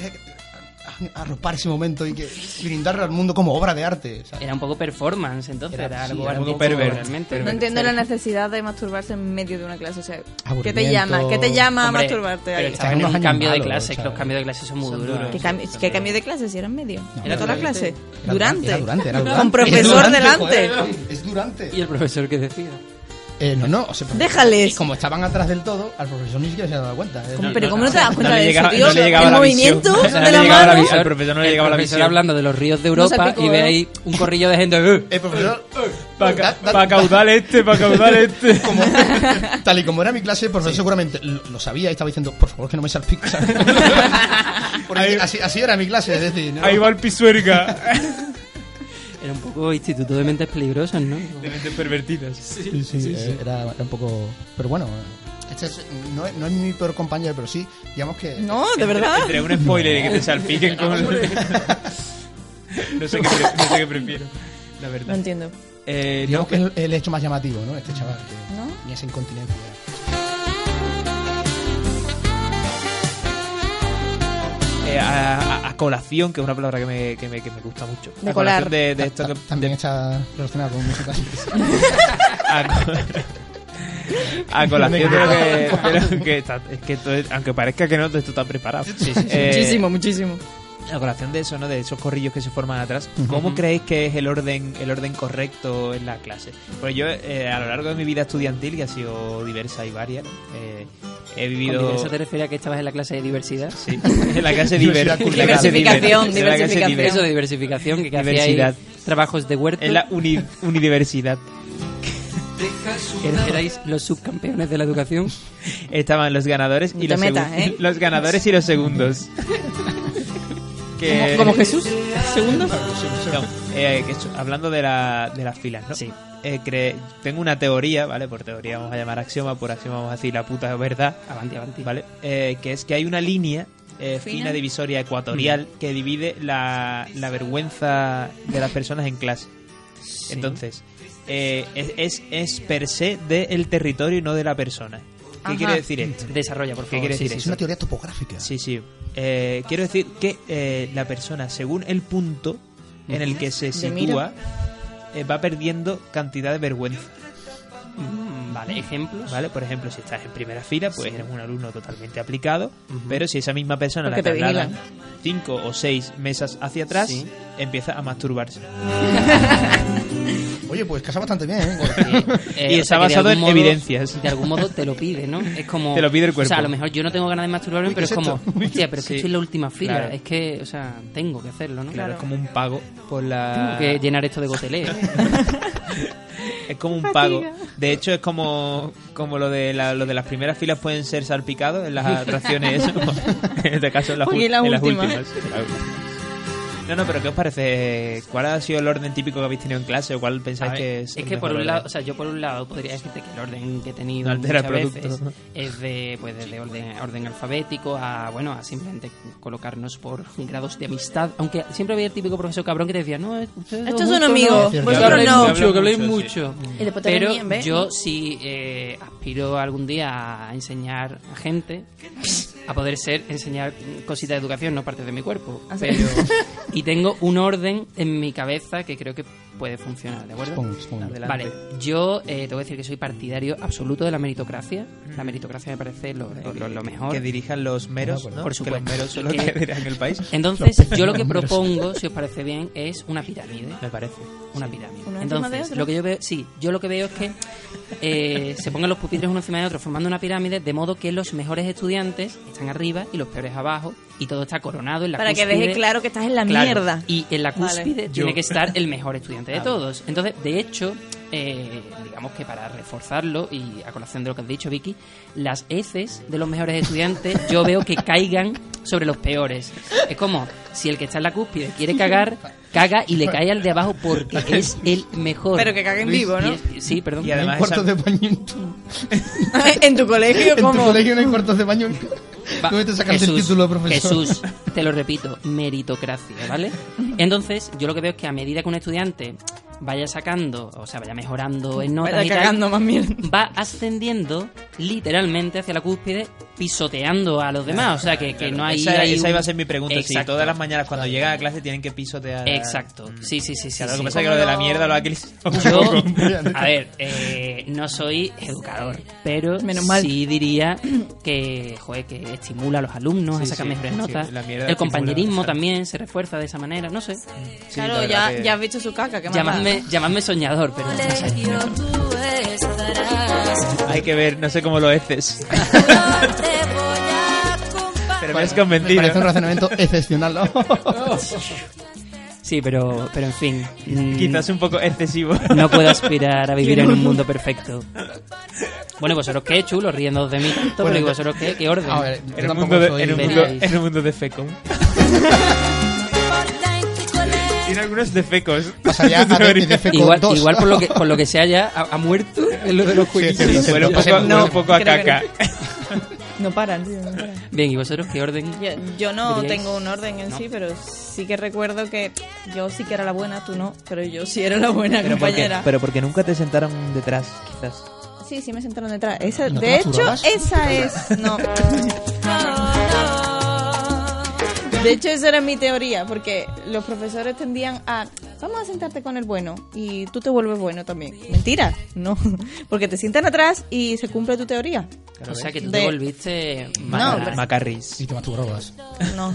Speaker 2: arropar ese momento y que brindarlo al mundo como obra de arte. ¿sabes?
Speaker 5: Era un poco performance, entonces.
Speaker 2: Era-
Speaker 5: Era,
Speaker 2: sí,
Speaker 5: algo
Speaker 2: era
Speaker 3: un poco
Speaker 5: artístico,
Speaker 3: pervert,
Speaker 5: realmente.
Speaker 3: pervert.
Speaker 7: No entiendo la necesidad de masturbarse en medio de una clase. O sea, ¿qué te
Speaker 2: Aburrimiento.
Speaker 7: llama? ¿Qué te llama a
Speaker 5: Hombre,
Speaker 7: masturbarte
Speaker 5: Pero
Speaker 7: ahí?
Speaker 2: está-
Speaker 5: estaba en
Speaker 2: unos
Speaker 5: un
Speaker 2: años
Speaker 5: cambio de
Speaker 2: malos,
Speaker 5: clase, que
Speaker 2: ¿sabes?
Speaker 5: los cambios de clase son muy
Speaker 3: Son
Speaker 5: duros.
Speaker 3: duros.
Speaker 1: ¿Qué, cam- qué cambio de clase? Si era en medio.
Speaker 2: era
Speaker 1: era toda la
Speaker 5: durante.
Speaker 1: clase.
Speaker 2: Era
Speaker 1: durante.
Speaker 2: Era durante, era durante.
Speaker 1: Con
Speaker 2: Es
Speaker 1: profesor
Speaker 2: durante,
Speaker 1: delante.
Speaker 2: joder, es durante.
Speaker 5: ¿Y el profesor qué decía?
Speaker 2: Eh, no, no, o sea, porque-
Speaker 1: Déjales.
Speaker 2: Como estaban atrás del todo, al profesor ni siquiera se había dado cuenta. Eh,
Speaker 1: ¿Cómo- pero
Speaker 5: no,
Speaker 1: ¿cómo no,
Speaker 5: no,
Speaker 1: te das cuenta
Speaker 3: le
Speaker 1: de eso,
Speaker 3: llegaba-
Speaker 1: tío?
Speaker 3: no le llegaba
Speaker 1: el
Speaker 3: la
Speaker 1: movimiento
Speaker 3: visión. No
Speaker 1: de
Speaker 3: le
Speaker 1: la
Speaker 3: llegaba la
Speaker 1: mano.
Speaker 3: visión. Al profesor no le
Speaker 5: el
Speaker 3: llegaba la
Speaker 5: profesor
Speaker 3: visión.
Speaker 5: hablando de los ríos de Europa
Speaker 1: salpicó,
Speaker 5: y ve
Speaker 1: ¿eh?
Speaker 5: ahí un corrillo de gente. "Eh".
Speaker 2: El profesor,
Speaker 3: Para
Speaker 2: este, da- da-
Speaker 3: caudal este, para caudal este.
Speaker 2: como- tal y como era mi clase, el profesor seguramente lo lo sabía y estaba diciendo, por favor, que no me salpique. ¿sabes? Porque
Speaker 3: Ahí-
Speaker 2: así, así era mi clase, es decir, ¿no?
Speaker 3: Ahí va el pisuerga.
Speaker 5: Era un poco instituto de mentes peligrosas, ¿no?
Speaker 3: De mentes pervertidas.
Speaker 2: Sí, sí, eh, Era, era un poco... Pero bueno, eh, este es- no, es- no es mi peor compañero, pero sí, digamos que...
Speaker 1: No, de verdad.
Speaker 3: Entre un spoiler y que te salpiquen con. no, sé qué pre- no sé qué prefiero. La
Speaker 1: No
Speaker 3: verdad.
Speaker 1: entiendo.
Speaker 3: Eh, no,
Speaker 2: Digamos que es el, el hecho más llamativo, ¿no? Este chaval que
Speaker 1: ¿No?
Speaker 2: tenía esa incontinencia.
Speaker 3: eh, a, a- a colación, que es una palabra que me, que me, que me gusta mucho.
Speaker 1: De
Speaker 3: A colación
Speaker 1: colar.
Speaker 3: De, de
Speaker 2: Ta-
Speaker 3: esto
Speaker 2: ta-
Speaker 3: que-
Speaker 2: También está relacionado con música.
Speaker 3: a, co- a colación de lo que, de lo que está- es que todo es- aunque parezca que no todo esto está preparado Eh,
Speaker 1: Muchísimo, muchísimo.
Speaker 3: a colación de eso no de esos corrillos que se forman atrás cómo creéis que es el orden el orden correcto en la clase pues yo eh, a lo largo de mi vida estudiantil que ha sido diversa y varia eh, he vivido
Speaker 5: ¿Eso te refiere a que estabas en la clase de diversidad?
Speaker 3: sí, en la clase diver,
Speaker 2: Diversidad
Speaker 3: en la clase diver,
Speaker 1: Diversificación,
Speaker 3: en la clase diver.
Speaker 5: Eso de diversificación, que, que hacía ahí
Speaker 3: Diversidad.
Speaker 5: trabajos de huerto.
Speaker 3: en la uni- unidiversidad
Speaker 5: Er- Erais los subcampeones de la educación.
Speaker 3: Estaban los ganadores y
Speaker 1: Te
Speaker 3: los
Speaker 1: metas,
Speaker 3: segun-
Speaker 1: ¿eh?
Speaker 3: Los ganadores y los segundos.
Speaker 5: Eh,
Speaker 3: que,
Speaker 1: Como Jesús. Segundo.
Speaker 3: No, eh, que esto- hablando de, la, de las filas, ¿no?
Speaker 5: Sí.
Speaker 3: Eh, cre- tengo una teoría, ¿vale? Por teoría vamos a llamar axioma, por axioma vamos a decir la puta verdad,
Speaker 5: Avanti, avanti.
Speaker 3: ¿vale? Eh, que es que hay una línea eh, fina.
Speaker 1: Fina.
Speaker 3: divisoria ecuatorial
Speaker 5: Mm.
Speaker 3: que divide la, la vergüenza de las personas en clase. Entonces, eh, es, es, es per se del territorio y no de la persona. ¿Qué
Speaker 1: Ajá.
Speaker 3: quiere decir esto?
Speaker 5: Desarrolla, por
Speaker 3: ¿Qué
Speaker 5: favor.
Speaker 3: quiere
Speaker 5: Sí,
Speaker 3: decir
Speaker 5: sí,
Speaker 2: Es
Speaker 5: sí.
Speaker 2: una teoría topográfica.
Speaker 3: Sí, sí. Eh, quiero decir que eh, la persona, según el punto en el que se
Speaker 1: De
Speaker 3: sitúa, eh, va perdiendo cantidad de vergüenza.
Speaker 5: Mm, Vale, ejemplos.
Speaker 3: ¿Vale? Por ejemplo, si estás en primera fila, pues eres un alumno totalmente aplicado,
Speaker 5: Ujú.
Speaker 3: pero si esa misma persona
Speaker 1: Porque te
Speaker 3: la trasladan cinco o seis mesas hacia atrás,
Speaker 5: Sí.
Speaker 3: empieza a masturbarse.
Speaker 2: Oye, pues casa bastante bien,
Speaker 3: Y
Speaker 5: Eh,
Speaker 2: ¿eh?
Speaker 3: está
Speaker 5: o sea, que de
Speaker 3: basado
Speaker 5: algún
Speaker 3: en
Speaker 5: modo-
Speaker 3: evidencias.
Speaker 5: De algún modo te lo pide, ¿no? Es como.
Speaker 3: Te lo pide el cuerpo.
Speaker 5: O sea, a lo mejor yo no tengo ganas de masturbarme, pero es como. Hostia, pero es que
Speaker 3: Sí.
Speaker 5: estoy en la última fila.
Speaker 3: Claro.
Speaker 5: Es que, o sea, tengo que hacerlo, ¿no?
Speaker 3: Claro, es como un pago por la...
Speaker 5: Tengo que llenar esto de gotelé.
Speaker 3: Es como un pago. De hecho, es como, como lo de la- lo de las primeras filas pueden ser salpicados en las atracciones. eso. en este caso, en las,
Speaker 1: Oye,
Speaker 3: ul-
Speaker 1: y las
Speaker 3: en las
Speaker 1: últimas.
Speaker 3: últimas. No, no, pero ¿qué os parece? ¿Cuál ha sido el orden típico que habéis tenido en clase o cuál pensáis
Speaker 5: A ver,
Speaker 3: que es?
Speaker 5: es
Speaker 3: el
Speaker 5: que por
Speaker 3: mejor
Speaker 5: un lado,
Speaker 3: orden?
Speaker 5: o sea, yo por un lado podría decirte que el orden que he tenido
Speaker 3: No altera
Speaker 5: muchas
Speaker 3: el producto.
Speaker 5: veces es de pues desde orden, orden alfabético a bueno, a simplemente colocarnos por grados de amistad, aunque siempre había el típico profesor cabrón que te decía, "No, eh, ustedes dos
Speaker 1: Estos son
Speaker 5: juntos no".
Speaker 1: amigos.
Speaker 2: cierto.
Speaker 5: Que
Speaker 1: Vosotros
Speaker 5: habléis
Speaker 3: Habla-
Speaker 1: no.
Speaker 3: habla-
Speaker 5: mucho, que habléis
Speaker 3: mucho,
Speaker 5: mucho.
Speaker 1: Y después te
Speaker 5: Pero
Speaker 1: venían, Pues ¿ves?
Speaker 5: yo sí eh, aspiro algún día a enseñar a gente, a poder ser, enseñar cositas de educación, no partes de mi cuerpo.
Speaker 1: Ah, sí.
Speaker 5: Pero, y tengo un orden en mi cabeza que creo que puede funcionar, ¿de acuerdo?
Speaker 2: Spong, spong.
Speaker 3: Adelante.
Speaker 5: Vale, yo eh, tengo que decir que soy partidario absoluto de la meritocracia. La meritocracia me parece lo, lo- lo- lo mejor.
Speaker 3: Eh, Que dirijan los meros, ¿no?
Speaker 5: Por
Speaker 3: Que los
Speaker 5: supuesto.
Speaker 3: meros son los que
Speaker 5: Eh,
Speaker 3: dirán el país.
Speaker 5: Entonces, yo lo que propongo, si os parece bien, es una pirámide.
Speaker 3: Me parece.
Speaker 5: Una pirámide.
Speaker 1: Uno encima de
Speaker 5: Entonces,
Speaker 1: otro.
Speaker 5: lo que yo veo, sí, yo lo que veo es que eh, se pongan los pupitres uno encima de otro, formando una pirámide, de modo que los mejores estudiantes están arriba y los peores abajo, y todo está coronado en la
Speaker 1: Para que
Speaker 5: cúspide.
Speaker 1: deje claro que estás en la
Speaker 5: Claro,
Speaker 1: mierda.
Speaker 5: Y en la cúspide
Speaker 1: Vale.
Speaker 5: tiene
Speaker 3: Yo-
Speaker 5: que estar el mejor estudiante de todos. Entonces, de hecho, eh, digamos que para reforzarlo, y a colación de lo que has dicho, Vicky, las heces de los mejores estudiantes yo veo que caigan sobre los peores. Es como si el que está en la cúspide quiere cagar, caga y le cae al de abajo porque es el mejor.
Speaker 1: Pero que cague en vivo, ¿no?
Speaker 5: Y es- sí, perdón.
Speaker 3: Y además
Speaker 2: hay cuartos
Speaker 3: esa-
Speaker 2: de baño en tu,
Speaker 1: en tu colegio,
Speaker 2: en tu
Speaker 1: como
Speaker 2: colegio, no hay cuartos de baño.
Speaker 5: Va-
Speaker 2: ¿Cómo te sacas el título de profesor?
Speaker 5: Jesús, te lo repito, meritocracia, ¿vale? Entonces, yo lo que veo es que a medida que un estudiante vaya sacando, o sea, vaya mejorando en notas
Speaker 1: Vaya
Speaker 5: y tal,
Speaker 1: cagando más mierda.
Speaker 5: va ascendiendo literalmente hacia la cúspide, pisoteando a los demás. O sea, que, que no hay...
Speaker 3: esa,
Speaker 5: hay
Speaker 3: esa
Speaker 5: un-
Speaker 3: iba a ser mi pregunta. Si
Speaker 5: Exacto.
Speaker 3: todas las mañanas cuando llegan a clase tienen que pisotear. Mm.
Speaker 5: Exacto. Sí, sí, sí. sí,
Speaker 3: Claro, lo
Speaker 5: sí.
Speaker 3: que pasa es que lo de la mierda lo ha utilizado un
Speaker 5: Yo,
Speaker 3: poco.
Speaker 5: a ver, eh, no soy educador, pero
Speaker 1: Menos mal.
Speaker 5: sí diría que, joder, que estimula a los alumnos
Speaker 3: Sí,
Speaker 5: a sacar
Speaker 3: sí,
Speaker 5: mejores
Speaker 3: sí,
Speaker 5: notas.
Speaker 3: la mierda
Speaker 5: El
Speaker 3: estimula,
Speaker 5: compañerismo
Speaker 3: claro.
Speaker 5: también se refuerza de esa manera, no sé.
Speaker 3: Sí, la
Speaker 1: Claro,
Speaker 3: verdad
Speaker 1: ya,
Speaker 3: que-
Speaker 1: ya has visto su caca, que
Speaker 5: Llamadme, llamadme soñador, pero no sé.
Speaker 8: Colegio tú estarás,
Speaker 3: Hay que ver, no sé cómo lo haces.
Speaker 8: no te voy a acompañar.
Speaker 3: Pero me has
Speaker 2: Me
Speaker 3: convencido.
Speaker 2: parece un razonamiento excepcional.
Speaker 5: Sí, pero, pero en fin. mm,
Speaker 3: Quizás un poco excesivo.
Speaker 5: No puedo aspirar a vivir en un mundo perfecto. Bueno, ¿y vosotros qué, chulo, riendo de mí tanto,
Speaker 2: Bueno,
Speaker 5: pero ¿y
Speaker 2: yo-
Speaker 5: vosotros qué, qué orden.
Speaker 2: A ver, yo
Speaker 3: En un
Speaker 2: tampoco
Speaker 3: mundo de,
Speaker 2: soy-
Speaker 3: en un
Speaker 5: Venáis.
Speaker 3: mundo, en un mundo de fecum.
Speaker 8: Importa en tu colegio.
Speaker 3: Tiene algunos defecos.
Speaker 2: Pasaría a de, de feco
Speaker 5: igual,
Speaker 2: dos.
Speaker 5: igual por lo que por lo que sea ya ha, ha muerto en lo de los
Speaker 2: Sí,
Speaker 5: jueguitos.
Speaker 2: es cierto, es
Speaker 3: Huele un
Speaker 2: cierto.
Speaker 3: poco, huele un poco a
Speaker 1: creo que
Speaker 3: caca.
Speaker 1: No paran, tío, no paran.
Speaker 5: Bien, ¿y vosotros qué orden?
Speaker 1: Yo, yo no
Speaker 5: ¿Diríais?
Speaker 1: tengo un orden en
Speaker 5: No.
Speaker 1: sí, pero sí que recuerdo que yo sí que era la buena, tú no, pero yo sí era la buena
Speaker 3: porque,
Speaker 1: compañera.
Speaker 3: pero porque nunca te sentaron detrás, quizás.
Speaker 1: Sí, sí me sentaron detrás. E. Esa,
Speaker 2: ¿No te
Speaker 1: de hecho,
Speaker 2: masturbabas?
Speaker 1: esa es. No. De hecho, esa era mi teoría, porque los profesores tendían a. Vamos a sentarte con el bueno y tú te vuelves bueno también. Mentira, no. Porque te sientan atrás y se cumple tu teoría.
Speaker 5: O sea que tú
Speaker 1: De-
Speaker 5: te volviste
Speaker 1: No,
Speaker 5: mala.
Speaker 1: pero-
Speaker 3: Macarris.
Speaker 2: Sí, te masturbabas.
Speaker 1: No.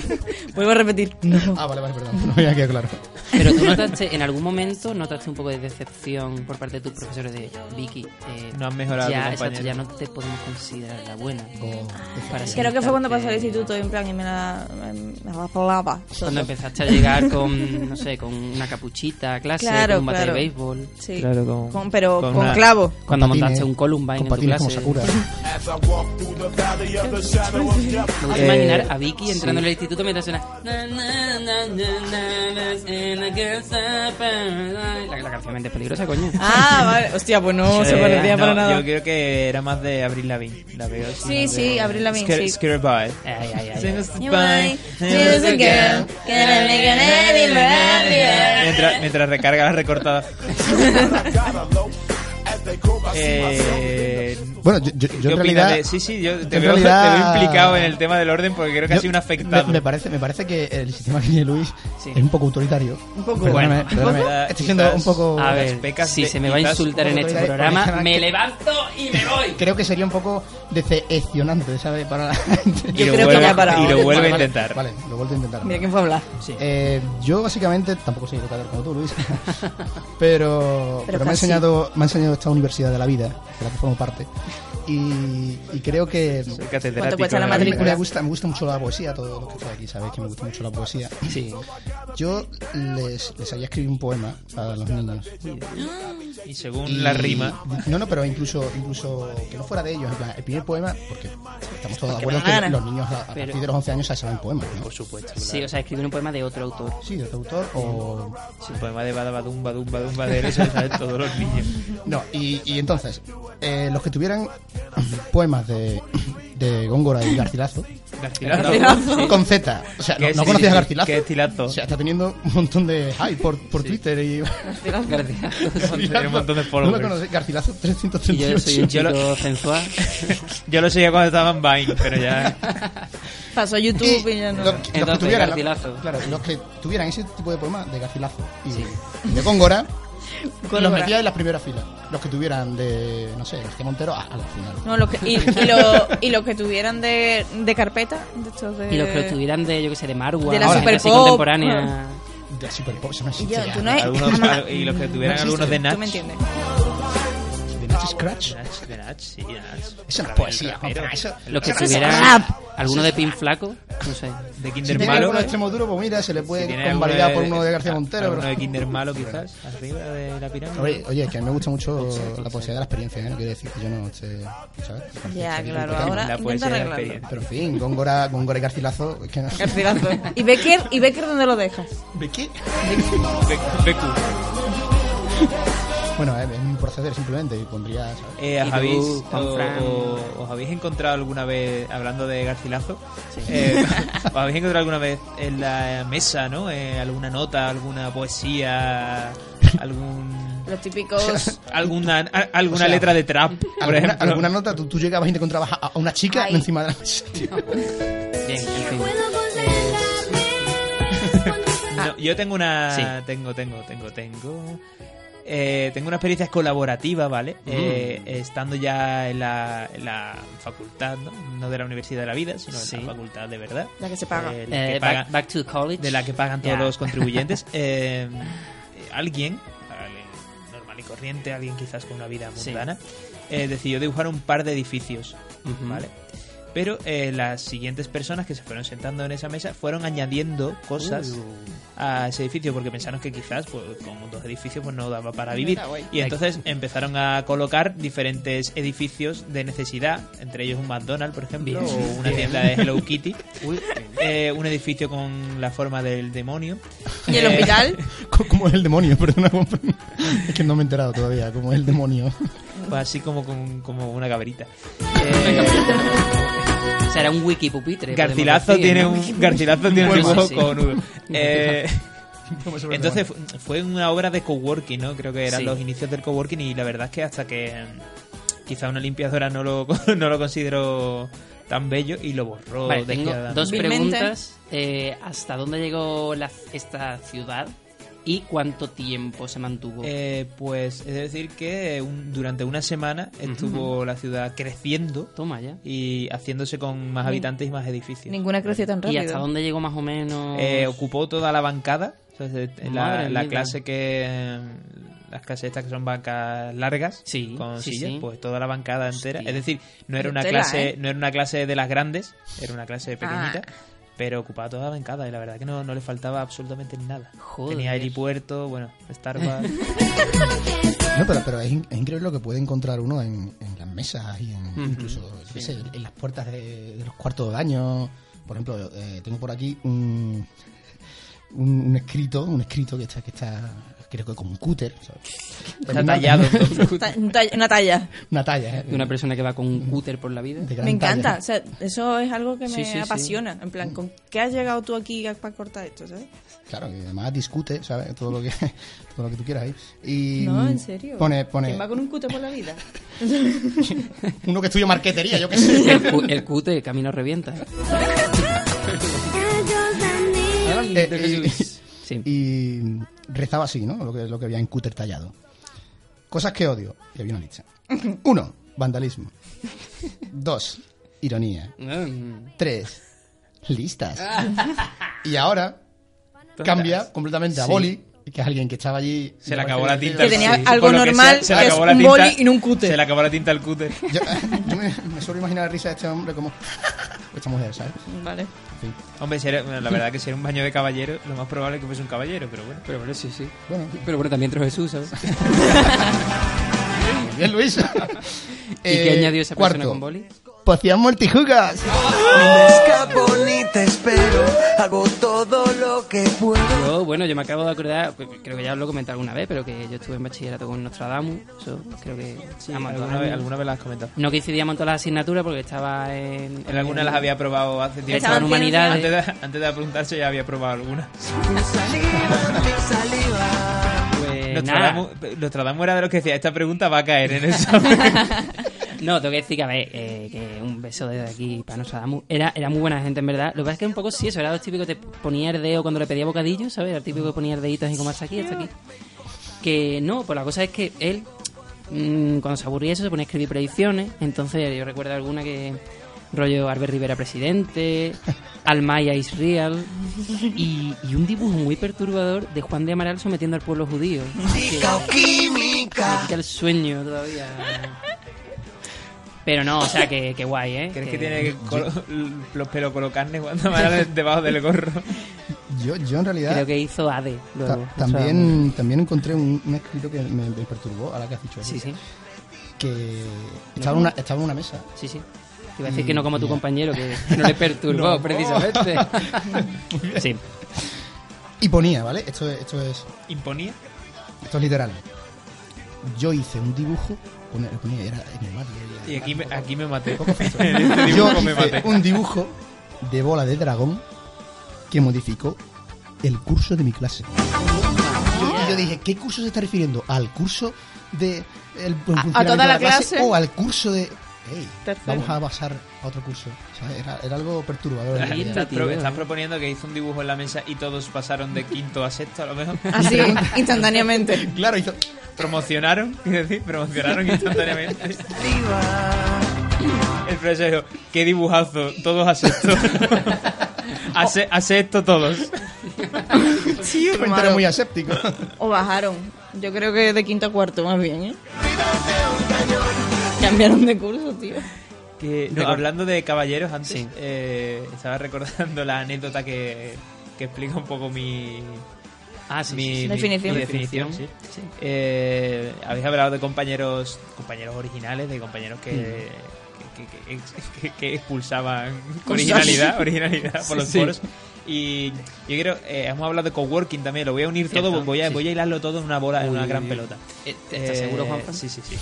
Speaker 1: Vuelvo a repetir. No.
Speaker 2: Ah, vale, vale, perdón. No había quedado claro.
Speaker 5: Pero tú notaste, en algún momento notaste un poco de decepción por parte de tus profesores de Vicky. eh,
Speaker 3: No has mejorado
Speaker 5: ya,
Speaker 3: tu
Speaker 5: exacto,
Speaker 3: compañero.
Speaker 5: ya no te podemos considerar la buena.
Speaker 2: Oh,
Speaker 5: Para
Speaker 1: Creo que fue cuando pasó al
Speaker 5: sentarte-
Speaker 1: instituto, en plan, y me la, me la palaba.
Speaker 5: Cuando empezaste a llegar con, no sé, con una capuchita a clase,
Speaker 1: Claro,
Speaker 5: con un bate
Speaker 1: claro.
Speaker 5: de béisbol.
Speaker 1: Sí.
Speaker 3: Claro, con-
Speaker 1: Con- pero
Speaker 3: con
Speaker 1: con,
Speaker 3: una-
Speaker 1: clavo.
Speaker 5: Cuando
Speaker 2: patines,
Speaker 5: montaste un Columbine
Speaker 2: con
Speaker 5: en tu
Speaker 2: patines
Speaker 5: clase.
Speaker 2: como Sakura.
Speaker 5: Me gusta
Speaker 3: Eh,
Speaker 5: imaginar a Vicky entrando en el instituto mientras suena...
Speaker 4: Na, na, na, na, na, na, in a girl's apartheid.
Speaker 5: La, la canción mente peligrosa, coño.
Speaker 1: Ah, vale. Hostia, pues no se
Speaker 3: Eh,
Speaker 1: parecía
Speaker 3: no,
Speaker 1: para nada.
Speaker 3: Yo creo que era más de Abril Lavigne. La veo.
Speaker 1: Sí, sí, Avril Lavigne, sí.
Speaker 3: Scare Bye.
Speaker 5: Ay, ay, ay, ay.
Speaker 3: Mientras, mientras recarga la recortada. Eh,
Speaker 2: Bueno, yo, yo- yo
Speaker 3: ¿qué opinas
Speaker 2: en realidad...
Speaker 3: de- sí, sí, yo te
Speaker 2: en
Speaker 3: veo,
Speaker 2: realidad-
Speaker 3: te veo implicado en el tema del orden porque creo que
Speaker 2: yo-
Speaker 3: ha sido un afectado.
Speaker 2: Me, me parece, me parece que el sistema que tiene Luis
Speaker 5: Sí.
Speaker 2: es un poco autoritario. Un poco. Perdóname,
Speaker 5: Bueno.
Speaker 2: perdóname.
Speaker 3: Quizás-
Speaker 2: Estoy siendo un poco...
Speaker 5: A
Speaker 3: Las
Speaker 5: ver,
Speaker 3: pecas
Speaker 5: si
Speaker 3: de-
Speaker 5: se me va a
Speaker 3: quizás
Speaker 5: insultar
Speaker 2: un
Speaker 5: en
Speaker 2: poco
Speaker 5: este
Speaker 2: de-
Speaker 5: programa,
Speaker 2: de-
Speaker 5: me levanto y me voy.
Speaker 2: Creo que sería un poco decepcionante, ¿sabes? Para la
Speaker 1: yo
Speaker 3: y
Speaker 2: gente.
Speaker 3: lo
Speaker 1: creo que
Speaker 3: vuelve,
Speaker 1: ya para
Speaker 3: y lo
Speaker 1: ahora.
Speaker 3: vuelve
Speaker 2: Vale,
Speaker 3: a
Speaker 2: vale,
Speaker 3: intentar.
Speaker 2: Vale, lo vuelvo a intentar.
Speaker 1: Mira quién fue a hablar.
Speaker 2: Eh, yo básicamente tampoco soy educador como tú, Luis, pero, pero me, ha
Speaker 1: casi.
Speaker 2: enseñado, me ha enseñado esta universidad de la vida, de la que formo parte, y, y creo que
Speaker 3: Soy
Speaker 2: me-
Speaker 3: catedrático
Speaker 1: cuesta la
Speaker 3: de vida.
Speaker 1: matrícula?
Speaker 2: me gusta, me gusta mucho la poesía, todo lo que está aquí, sabéis que me gusta mucho la poesía.
Speaker 5: Sí.
Speaker 2: Yo les, les había escrito un poema a los niños.
Speaker 3: Y según
Speaker 2: y-
Speaker 3: la rima,
Speaker 2: No, no, pero incluso, incluso que no fuera de ellos, en plan, el primer poema, porque estamos todos de
Speaker 1: Porque
Speaker 2: acuerdo
Speaker 1: me
Speaker 2: que
Speaker 1: gana.
Speaker 2: los niños a, a
Speaker 5: Pero-
Speaker 2: partir de los 11 años ya saben poemas, ¿no?
Speaker 5: Sí, o sea, escribir un poema de otro autor.
Speaker 2: Sí, de autor o
Speaker 3: si el poema de Badabadum, Badum, Badum, Bader, eso lo saben todos los niños.
Speaker 2: No, y, y entonces, eh, los que tuvieran poemas de, de Góngora y Garcilaso,
Speaker 3: Garcilaso.
Speaker 2: con Z, o sea, no,
Speaker 3: Qué
Speaker 2: no conocías
Speaker 3: esti-
Speaker 2: a Garcilaso.
Speaker 3: Qué estilazo.
Speaker 2: O sea, está teniendo un montón de hype por, por Twitter y.
Speaker 3: Tiene un montón de
Speaker 2: No lo
Speaker 3: followers.
Speaker 2: conoces, Garcilaso
Speaker 5: Y yo soy un
Speaker 2: 338.
Speaker 3: Yo lo-
Speaker 5: chico sensual.
Speaker 3: Yo lo seguía cuando estaba en Vine, pero ya.
Speaker 1: Pasó a YouTube y ya no.
Speaker 2: los, los que
Speaker 5: Entonces,
Speaker 2: tuvieran,
Speaker 5: Garcilaso.
Speaker 2: claro, los que tuvieran ese tipo de problemas de garcilazo y
Speaker 5: Sí.
Speaker 2: de Góngora, los
Speaker 1: Góngora.
Speaker 2: metía en las primeras filas. Los que tuvieran de, no sé, García Montero, a, a la final.
Speaker 1: No, los que, y, y lo- y los que tuvieran de, de carpeta, de estos de...
Speaker 5: Y los que lo tuvieran de, yo que sé, de Marwa,
Speaker 1: Eh, de la Ah.
Speaker 5: gente
Speaker 1: Super
Speaker 5: así
Speaker 1: Pop.
Speaker 5: contemporánea.
Speaker 2: De la Super Pop, eso no existe
Speaker 1: Yo,
Speaker 2: ya.
Speaker 1: tú no es-
Speaker 3: Algunos-
Speaker 1: jamás-
Speaker 3: y los que tuvieran
Speaker 1: no
Speaker 3: algunos de
Speaker 1: existe,
Speaker 3: Natch.
Speaker 1: Tú me entiendes.
Speaker 2: De Nacho Scratch.
Speaker 3: Nach, de Nach, sí, de Nach.
Speaker 2: Eso no
Speaker 3: Ravel,
Speaker 2: es poesía, Juan
Speaker 3: rapero.
Speaker 2: Fran, eso-
Speaker 5: Los que
Speaker 2: eso es
Speaker 5: tuvieran
Speaker 1: Ah.
Speaker 2: rap.
Speaker 5: alguno de Pin Flaco, no sé.
Speaker 3: De
Speaker 2: Si
Speaker 3: Kinder
Speaker 2: tiene
Speaker 3: Malo.
Speaker 2: alguno de extremo duro, pues mira, se le
Speaker 3: si
Speaker 2: puede
Speaker 3: tiene
Speaker 2: convalidar
Speaker 3: alguno
Speaker 2: por uno de García Montero.
Speaker 3: Alguno
Speaker 2: pero-
Speaker 3: de Kinder Malo, quizás. Arriba de la pirámide.
Speaker 2: Oye, oye, que a mí me gusta mucho la poesía de la experiencia, ¿eh? no quiere decir que yo no esté, ¿sabes?
Speaker 1: Ya,
Speaker 2: Estoy
Speaker 1: claro,
Speaker 2: un pequeño.
Speaker 1: ahora
Speaker 3: La
Speaker 1: intenta
Speaker 3: poesía de la
Speaker 1: arreglarlo.
Speaker 3: experiencia.
Speaker 2: Pero en fin, Góngora, Góngora y Garcilazo, es que no...
Speaker 1: Garcilaso. ¿Y Becker, ¿Y Becker dónde lo dejas?
Speaker 2: ¿De qué?
Speaker 3: Be- Becu.
Speaker 2: Bueno, eh, es un proceder simplemente y pondría, ¿sabes?
Speaker 3: Eh,
Speaker 5: Y tú,
Speaker 3: ¿habéis,
Speaker 5: Juan
Speaker 3: o-
Speaker 5: Fran.
Speaker 3: o- ¿Os habéis encontrado alguna vez, hablando de Garcilazo, eh, os habéis encontrado alguna vez en la mesa, ¿no? Eh, alguna nota, alguna poesía, algún,
Speaker 1: Los típicos...
Speaker 3: alguna, a- alguna
Speaker 2: O sea,
Speaker 3: letra de trap, por
Speaker 2: ¿Alguna,
Speaker 3: ejemplo.
Speaker 2: alguna nota? ¿Tú, tú llegabas y te encontrabas a, a una chica encima de la mesa.
Speaker 5: Bien, en fin.
Speaker 3: No, yo tengo una.
Speaker 5: Ah. Sí.
Speaker 3: Tengo, tengo, tengo, tengo. eh, tengo una experiencia colaborativa, ¿vale?
Speaker 5: Mm.
Speaker 3: Eh, estando ya en la, en la facultad, ¿no? No de la Universidad de la Vida, sino
Speaker 5: Sí.
Speaker 3: de la facultad de verdad.
Speaker 1: La que se paga.
Speaker 3: Eh, la que
Speaker 5: Eh,
Speaker 3: paga-
Speaker 5: back, back to college.
Speaker 3: de la que pagan todos
Speaker 5: Ya.
Speaker 3: los contribuyentes. Eh, alguien, alguien normal y corriente, alguien quizás con una vida
Speaker 5: Sí.
Speaker 3: mundana, eh, decidió dibujar un par de edificios,
Speaker 5: Ujú.
Speaker 3: ¿vale? Pero eh, las siguientes personas que se fueron sentando en esa mesa fueron añadiendo cosas
Speaker 5: Uh.
Speaker 3: a ese edificio porque pensaron que quizás pues, con dos edificios pues no daba para vivir y entonces empezaron a colocar diferentes edificios de necesidad entre ellos un McDonald's por ejemplo
Speaker 5: Bien.
Speaker 3: o una tienda de Hello Kitty eh, un edificio con la forma del demonio
Speaker 1: ¿Y el
Speaker 3: Eh,
Speaker 1: hospital?
Speaker 2: Co- Como es el demonio, perdona. Es que no me he enterado todavía, como es el demonio.
Speaker 3: pues así como con como una caberita
Speaker 5: O sea, era un wiki pupitre. pues, podemos
Speaker 3: Eh, Garcilazo
Speaker 5: decir,
Speaker 3: tiene
Speaker 5: ¿no?
Speaker 3: un Garcilazo tiene un
Speaker 5: Bueno,
Speaker 3: dibujo
Speaker 5: sí.
Speaker 3: cojonudo. Eh,
Speaker 2: Como sobre el
Speaker 3: Entonces fu- fue una obra de coworking, ¿no? Creo que eran
Speaker 5: Sí.
Speaker 3: los inicios del coworking y la verdad es que hasta que mm, quizá una limpiadora no lo, no lo considero tan bello y lo borró.
Speaker 5: Vale, tengo
Speaker 3: despiadadamente.
Speaker 5: dos
Speaker 1: Vilmente.
Speaker 5: preguntas. Eh, ¿Hasta dónde llegó la- esta ciudad y cuánto tiempo se mantuvo?
Speaker 3: Eh, pues es decir que un- durante una semana estuvo la ciudad creciendo
Speaker 5: Toma ya.
Speaker 3: y haciéndose con más habitantes y más edificios.
Speaker 1: Ninguna creció tan
Speaker 5: ¿Y hasta
Speaker 1: rápido.
Speaker 5: dónde llegó más o menos?
Speaker 3: Eh, ocupó toda la bancada. o sea, se- la,
Speaker 5: Madre
Speaker 3: la
Speaker 5: mía.
Speaker 3: clase que. mm, Las clases estas que son bancas largas.
Speaker 5: Sí,
Speaker 3: Con
Speaker 5: sí,
Speaker 3: sillas.
Speaker 5: sí.
Speaker 3: Pues toda la bancada entera.
Speaker 5: Hostia.
Speaker 3: Es decir, no era una
Speaker 1: Tela,
Speaker 3: clase.
Speaker 1: ¿eh?
Speaker 3: No era una clase de las grandes. Era una clase pequeñita.
Speaker 1: Ah.
Speaker 3: Pero ocupaba toda la bancada. Y la verdad que no, no le faltaba absolutamente nada.
Speaker 5: Joder.
Speaker 3: Tenía aeropuerto, bueno, Starbucks.
Speaker 2: No, pero, pero es, in- es increíble lo que puede encontrar uno en, en las mesas y en, incluso yo qué sé, en las puertas de, de los cuartos de baño. Por ejemplo, eh, tengo por aquí un, un, un escrito, un escrito que está, que está creo que como un cúter. ¿sabes?
Speaker 3: Está tallado. entonces.
Speaker 1: Ta- un tall- Una talla.
Speaker 2: Una talla, ¿eh?
Speaker 5: De una persona que va con un cúter por la vida.
Speaker 2: de gran
Speaker 1: Me
Speaker 2: talla.
Speaker 1: encanta. O sea, eso es algo que me
Speaker 5: Sí, sí, sí.
Speaker 1: apasiona. En plan, ¿con qué has llegado tú aquí para cortar esto, sabes?
Speaker 2: Claro, y además discute, ¿sabes? Todo lo que, todo lo que tú quieras ahí. Y mm,
Speaker 1: No, en serio.
Speaker 2: Pone, pone
Speaker 1: ¿Quién va con un cute por la vida?
Speaker 2: uno que estudia marquetería, yo qué sé.
Speaker 5: El, cu- el cúter, camino revienta.
Speaker 2: Eh, eh,
Speaker 5: Sí.
Speaker 2: y rezaba así, ¿no? Lo que, lo que había en cúter tallado. Cosas que odio. Y había una lista. Uno, vandalismo. Dos, ironía.
Speaker 5: Mm.
Speaker 2: Tres, listas. Y ahora cambia completamente a Boli, que es alguien que estaba allí.
Speaker 3: Se le acabó la tinta.
Speaker 1: Que tenía
Speaker 3: sí.
Speaker 1: algo
Speaker 3: Por lo que
Speaker 1: normal,
Speaker 3: sea, se le
Speaker 1: que es
Speaker 3: acabó la
Speaker 1: un
Speaker 3: tinta-
Speaker 1: boli y no un cúter.
Speaker 3: Se le acabó la tinta al cúter.
Speaker 2: Yo, yo me, me suelo imaginar la risa de este hombre como. Esta mujer, ¿sabes?
Speaker 1: Vale.
Speaker 2: En fin.
Speaker 3: Hombre, si era- bueno, la verdad que si era un baño de caballero, lo más probable es que fuese un caballero, pero bueno.
Speaker 5: Pero bueno, sí, sí.
Speaker 2: Bueno,
Speaker 5: Pero bueno, también entró Jesús, ¿sabes?
Speaker 2: muy bien, Luis. Eh, ¿Y
Speaker 5: ¿Y qué añadió esa persona con boli?
Speaker 2: Poción multijugas.
Speaker 9: bonita, espero. Hago todo lo que puedo.
Speaker 5: Yo, bueno, yo me acabo de acordar, pues, creo que ya os lo he comentado alguna vez, pero que yo estuve en bachillerato con Nostradamus, eso creo que... Vamos,
Speaker 3: alguna,
Speaker 5: Nostradamus.
Speaker 3: vez, alguna vez las has comentado.
Speaker 5: No coincidíamos en todas las asignaturas porque estaba en...
Speaker 3: En algunas las había probado hace tiempo.
Speaker 5: Estaba en humanidades.
Speaker 3: Antes de, antes de apuntarse ya había probado algunas.
Speaker 5: Pues, nada. pues
Speaker 2: Eh,
Speaker 3: Nostradamus, Nostradamus era de los que decía, esta pregunta va a caer en el examen.
Speaker 5: No, tengo que decir que, a ver, eh, que un beso desde aquí para Nostradamus. Era, era muy buena gente, en verdad. Lo que pasa es que un poco sí, eso era lo típico, te ponía el dedo cuando le pedía bocadillo, ¿sabes? Era el típico que ponía el dedito así como hasta aquí, hasta aquí. Que no, pues la cosa es que él, mm, cuando se aburría eso, se ponía a escribir predicciones. Entonces, yo recuerdo alguna que... Rollo Albert Rivera presidente, Almaya is real y, y un dibujo muy perturbador de Juan de Amaral sometiendo al pueblo judío. Que-
Speaker 9: Física o
Speaker 5: me
Speaker 9: química.
Speaker 5: quita el sueño todavía. Pero no, o sea, que, que guay, ¿eh?
Speaker 3: ¿Crees que tiene que colo- los pelos con los carnes cuando van a- debajo del gorro?
Speaker 2: Yo, yo en realidad...
Speaker 5: Creo que hizo AD
Speaker 2: Ta-
Speaker 5: luego.
Speaker 2: también, también encontré un, un escrito que me, me perturbó, ahora que has dicho
Speaker 5: O
Speaker 2: eso.
Speaker 5: sea, Sí, sí,
Speaker 2: Que estaba en una, estaba en una mesa.
Speaker 5: sí, sí. Te Iba a decir que no como tu compañero, que no le perturbó precisamente. sí.
Speaker 2: Y ponía, ¿vale? Esto es, esto es,
Speaker 3: ¿Imponía?
Speaker 2: esto es literal. Yo hice un dibujo, ponía, ponía era animal. era-
Speaker 3: Y aquí me, aquí me maté.
Speaker 2: Poco feito.
Speaker 3: En este
Speaker 2: Yo
Speaker 3: dibujo me
Speaker 2: hice
Speaker 3: maté.
Speaker 2: un dibujo de bola de dragón que modificó el curso de mi clase. Yo, yo dije, ¿qué curso se está refiriendo? ¿Al curso de el buen
Speaker 1: A- a
Speaker 2: funcionamiento
Speaker 1: toda
Speaker 2: de
Speaker 1: la clase?
Speaker 2: o al curso de Ey,
Speaker 1: Tercero.
Speaker 2: vamos a pasar a otro curso? ¿Sabes? Era, era algo perturbador. en realidad.
Speaker 3: Estás, pro- estás proponiendo que hizo un dibujo en la mesa y todos pasaron de quinto a sexto, a lo mejor.
Speaker 1: Así, instantáneamente.
Speaker 2: Claro, hizo
Speaker 3: Promocionaron, quiero decir, promocionaron instantáneamente. El profesor dijo, qué dibujazo, todos a sexto. A, se- a sexto todos.
Speaker 1: Sí,
Speaker 2: un comentario
Speaker 1: hermano.
Speaker 2: muy aséptico.
Speaker 1: O bajaron. Yo creo que de quinto a cuarto, más bien, ¿eh? Cambiaron de curso, tío.
Speaker 3: Que, no, ah. hablando de caballeros, antes eh, estaba recordando la anécdota que, que explica un poco mi,
Speaker 5: Ah, sí.
Speaker 3: mi,
Speaker 5: sí, sí.
Speaker 3: mi-
Speaker 1: Definición.
Speaker 3: mi definición.
Speaker 5: Sí.
Speaker 3: Eh, habéis hablado de compañeros compañeros originales, de compañeros que, que, que- que- que- que expulsaban originalidad, originalidad por los
Speaker 5: sí.
Speaker 3: poros. Y yo quiero, eh, hemos hablado de coworking también, lo voy a unir todo,
Speaker 5: Cierto,
Speaker 3: voy a,
Speaker 5: sí.
Speaker 3: voy a hilarlo todo en una bola, en
Speaker 5: Uy,
Speaker 3: una
Speaker 5: uy,
Speaker 3: gran
Speaker 5: uy.
Speaker 3: pelota.
Speaker 5: Eh, ¿Estás
Speaker 3: Eh,
Speaker 5: seguro, Juanfran?
Speaker 3: Sí, sí, sí.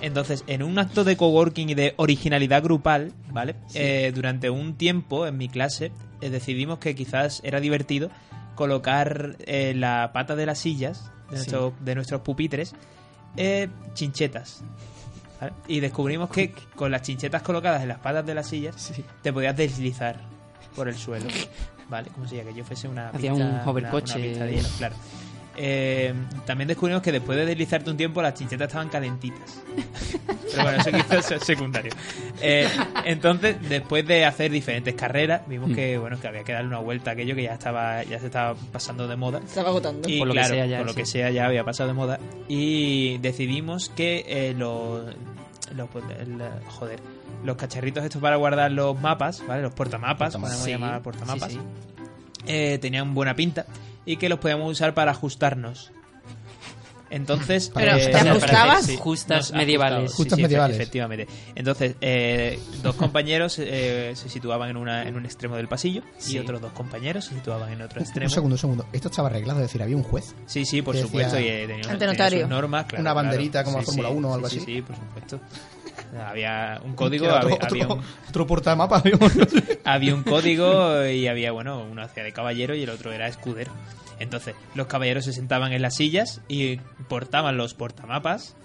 Speaker 3: Entonces, en un acto de coworking y de originalidad grupal, ¿vale? Eh, durante un tiempo en mi clase eh, decidimos que quizás era divertido colocar eh, la pata de las sillas de, nuestro- de nuestros pupitres eh, chinchetas. ¿vale? Y descubrimos que con las chinchetas colocadas en las patas de las sillas te podías deslizar por el suelo. ¿Vale? Como si aquello fuese una
Speaker 5: Hacía
Speaker 3: pista-
Speaker 5: un
Speaker 3: una-
Speaker 5: hovercoche.
Speaker 3: una pista de hielo, claro. Eh, también descubrimos que después de deslizarte un tiempo las chinchetas estaban calentitas. Pero bueno, eso quizás sea secundario. Eh, entonces, después de hacer diferentes carreras,
Speaker 5: Mm.
Speaker 3: vimos que bueno que había que darle una vuelta a aquello que ya estaba ya se estaba pasando de moda.
Speaker 1: Estaba agotando.
Speaker 3: Y
Speaker 5: Por lo que
Speaker 3: claro,
Speaker 5: sea ya,
Speaker 3: por lo
Speaker 5: sí.
Speaker 3: que sea ya había pasado de moda. Y decidimos que eh, los, los- el- eh, joder, los cacharritos estos para guardar los mapas, ¿vale? Los portamapas,
Speaker 2: Portamapas.
Speaker 3: podemos
Speaker 5: Sí,
Speaker 3: llamar portamapas,
Speaker 5: sí,
Speaker 3: eh, tenían buena pinta y que los podíamos usar para ajustarnos. Entonces, eh,
Speaker 2: Pero, ¿te
Speaker 3: para-
Speaker 1: ajustabas?
Speaker 5: Justas
Speaker 3: nos
Speaker 5: medievales.
Speaker 3: ajustábamos,
Speaker 2: Justas medievales.
Speaker 3: efe- Efectivamente. Entonces, eh, dos compañeros eh, se situaban en, una, en un extremo del pasillo
Speaker 5: Sí.
Speaker 3: y otros dos compañeros se situaban en otro
Speaker 2: Un
Speaker 3: extremo.
Speaker 2: segundo, un segundo. Esto estaba arreglado, es decir, había un juez.
Speaker 3: Sí, sí, por
Speaker 2: Decía-
Speaker 3: supuesto. Y eh, tenía,
Speaker 1: Ante
Speaker 3: tenía
Speaker 1: notario.
Speaker 3: sus normas, claro,
Speaker 2: Una banderita
Speaker 3: claro.
Speaker 2: como la Fórmula 1 o algo
Speaker 3: sí,
Speaker 2: así.
Speaker 3: Sí, por supuesto. Había un código,
Speaker 2: Que era
Speaker 3: había,
Speaker 2: otro,
Speaker 3: había
Speaker 2: otro-
Speaker 3: un,
Speaker 2: otro portamapa. digamos.
Speaker 3: había un código y había, bueno, uno hacía de caballero y el otro era escudero. Entonces, los caballeros se sentaban en las sillas y portaban los portamapas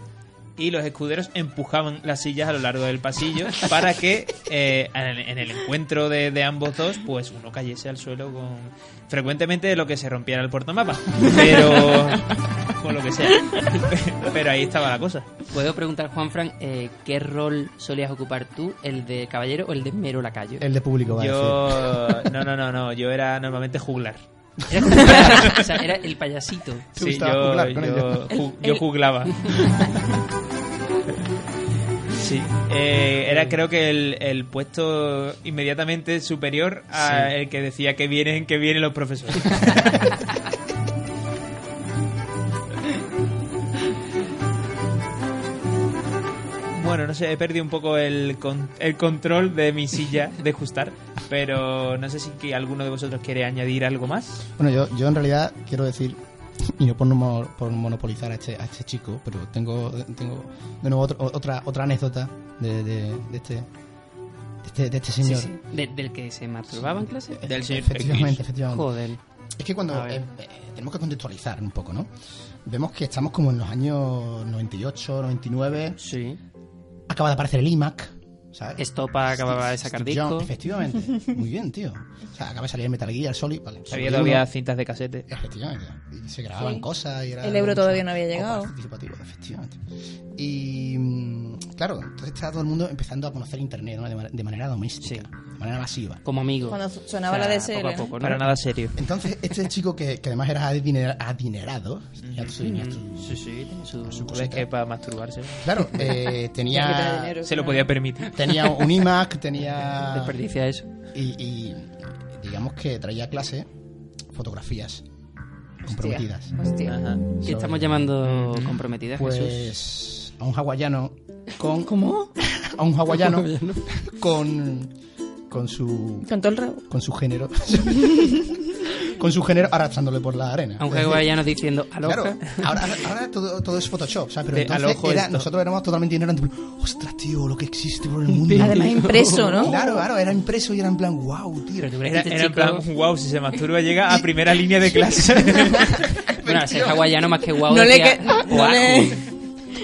Speaker 3: y los escuderos empujaban las sillas a lo largo del pasillo para que eh, en, el- en el encuentro de, de ambos dos, pues uno cayese al suelo con frecuentemente de lo que se rompiera el portamapa, pero con lo que sea. Pero ahí estaba la cosa.
Speaker 5: Puedo preguntar, Juanfran, eh, ¿qué rol solías ocupar tú, el de caballero o el de mero lacayo?
Speaker 2: El de público, va a decir.
Speaker 3: Yo no, no, no, no, yo era normalmente juglar.
Speaker 5: Era, o sea, era el payasito.
Speaker 2: ¿Te gustaba juglar con
Speaker 3: yo,
Speaker 2: ello?
Speaker 3: ju- yo juglaba. Sí, eh, era creo que el, el puesto inmediatamente superior al que decía que vienen, que vienen los profesores. Bueno, no sé, he perdido un poco el, con- el control de mi silla de ajustar, pero no sé si que alguno de vosotros quiere añadir algo más.
Speaker 2: Bueno, yo, yo en realidad quiero decir, y no por, no- por monopolizar a este, a este chico, pero tengo, tengo de nuevo otro- otra, otra anécdota de, de- de este, de, este, de este
Speaker 5: Sí,
Speaker 2: señor.
Speaker 5: sí. De- ¿Del que se masturbaba en clase?
Speaker 3: Del señor
Speaker 2: Efectivamente, efectivamente.
Speaker 5: Joder.
Speaker 2: Es que cuando
Speaker 5: A ver.
Speaker 2: eh, eh, tenemos que contextualizar un poco, ¿no? Vemos que estamos como en los años 98, 99,
Speaker 5: Sí.
Speaker 2: Acaba de aparecer el iMac. ¿sabes?
Speaker 5: Estopa acababa de sacar
Speaker 2: Steve
Speaker 5: disco.
Speaker 2: Jobs, efectivamente. Muy bien, tío. O sea, acaba de salir el Metal Gear Solid. Vale.
Speaker 3: Había
Speaker 2: Solid
Speaker 3: todavía
Speaker 2: uno.
Speaker 3: cintas de casete.
Speaker 2: Efectivamente. Y se grababan
Speaker 1: Sí.
Speaker 2: cosas. Y era
Speaker 1: El euro
Speaker 2: mucho
Speaker 1: todavía no había llegado.
Speaker 2: participativo, efectivamente. Y mm, claro, entonces está todo el mundo empezando a conocer Internet ¿no? de, ma- de manera doméstica, de manera masiva.
Speaker 5: Como amigo.
Speaker 1: Cuando su- sonaba la DSL,
Speaker 5: Poco a
Speaker 1: ¿no?
Speaker 5: poco, ¿no?
Speaker 3: Para nada serio.
Speaker 2: Entonces, este chico que, que además era adinera- adinerado, ya tú tenías tu-
Speaker 5: Sí, sí, tiene su,
Speaker 2: su
Speaker 3: Es
Speaker 2: cosita.
Speaker 3: que para masturbarse
Speaker 2: Claro, eh, tenía,
Speaker 1: dinero.
Speaker 3: se lo podía permitir.
Speaker 2: tenía un iMac, tenía...
Speaker 5: desperdicia eso.
Speaker 2: Y, y digamos que traía a clase fotografías comprometidas.
Speaker 1: Hostia.
Speaker 3: Ajá.
Speaker 5: ¿Qué
Speaker 2: Sobre-
Speaker 5: estamos llamando comprometida, Jesús?
Speaker 2: Pues a un hawaiano con... ¿Cómo? A un hawaiano con, con su...
Speaker 1: Con todo el rabo.
Speaker 2: Con su género. con su género arrastrándole por la arena.
Speaker 5: A un
Speaker 2: Es decir,
Speaker 5: hawaiano diciendo aloja.
Speaker 2: Claro, ahora, ahora todo, todo es Photoshop, ¿sabes? Pero
Speaker 3: De
Speaker 2: entonces
Speaker 3: alojo
Speaker 2: era-
Speaker 3: esto.
Speaker 2: nosotros éramos totalmente ignorantes. Ostras, tío, lo que existe por el mundo.
Speaker 1: Además, impreso, ¿no?
Speaker 2: Claro, claro, era impreso y era en plan, wow, tío.
Speaker 5: Pero tú crees
Speaker 3: Era,
Speaker 5: que este
Speaker 3: era en
Speaker 5: chico...
Speaker 3: plan, wow, si se masturba llega a primera línea de clase.
Speaker 5: Bueno, al ser hawaiano más que guau
Speaker 1: No le
Speaker 5: decía,
Speaker 1: que- no
Speaker 5: "Guau".
Speaker 1: le-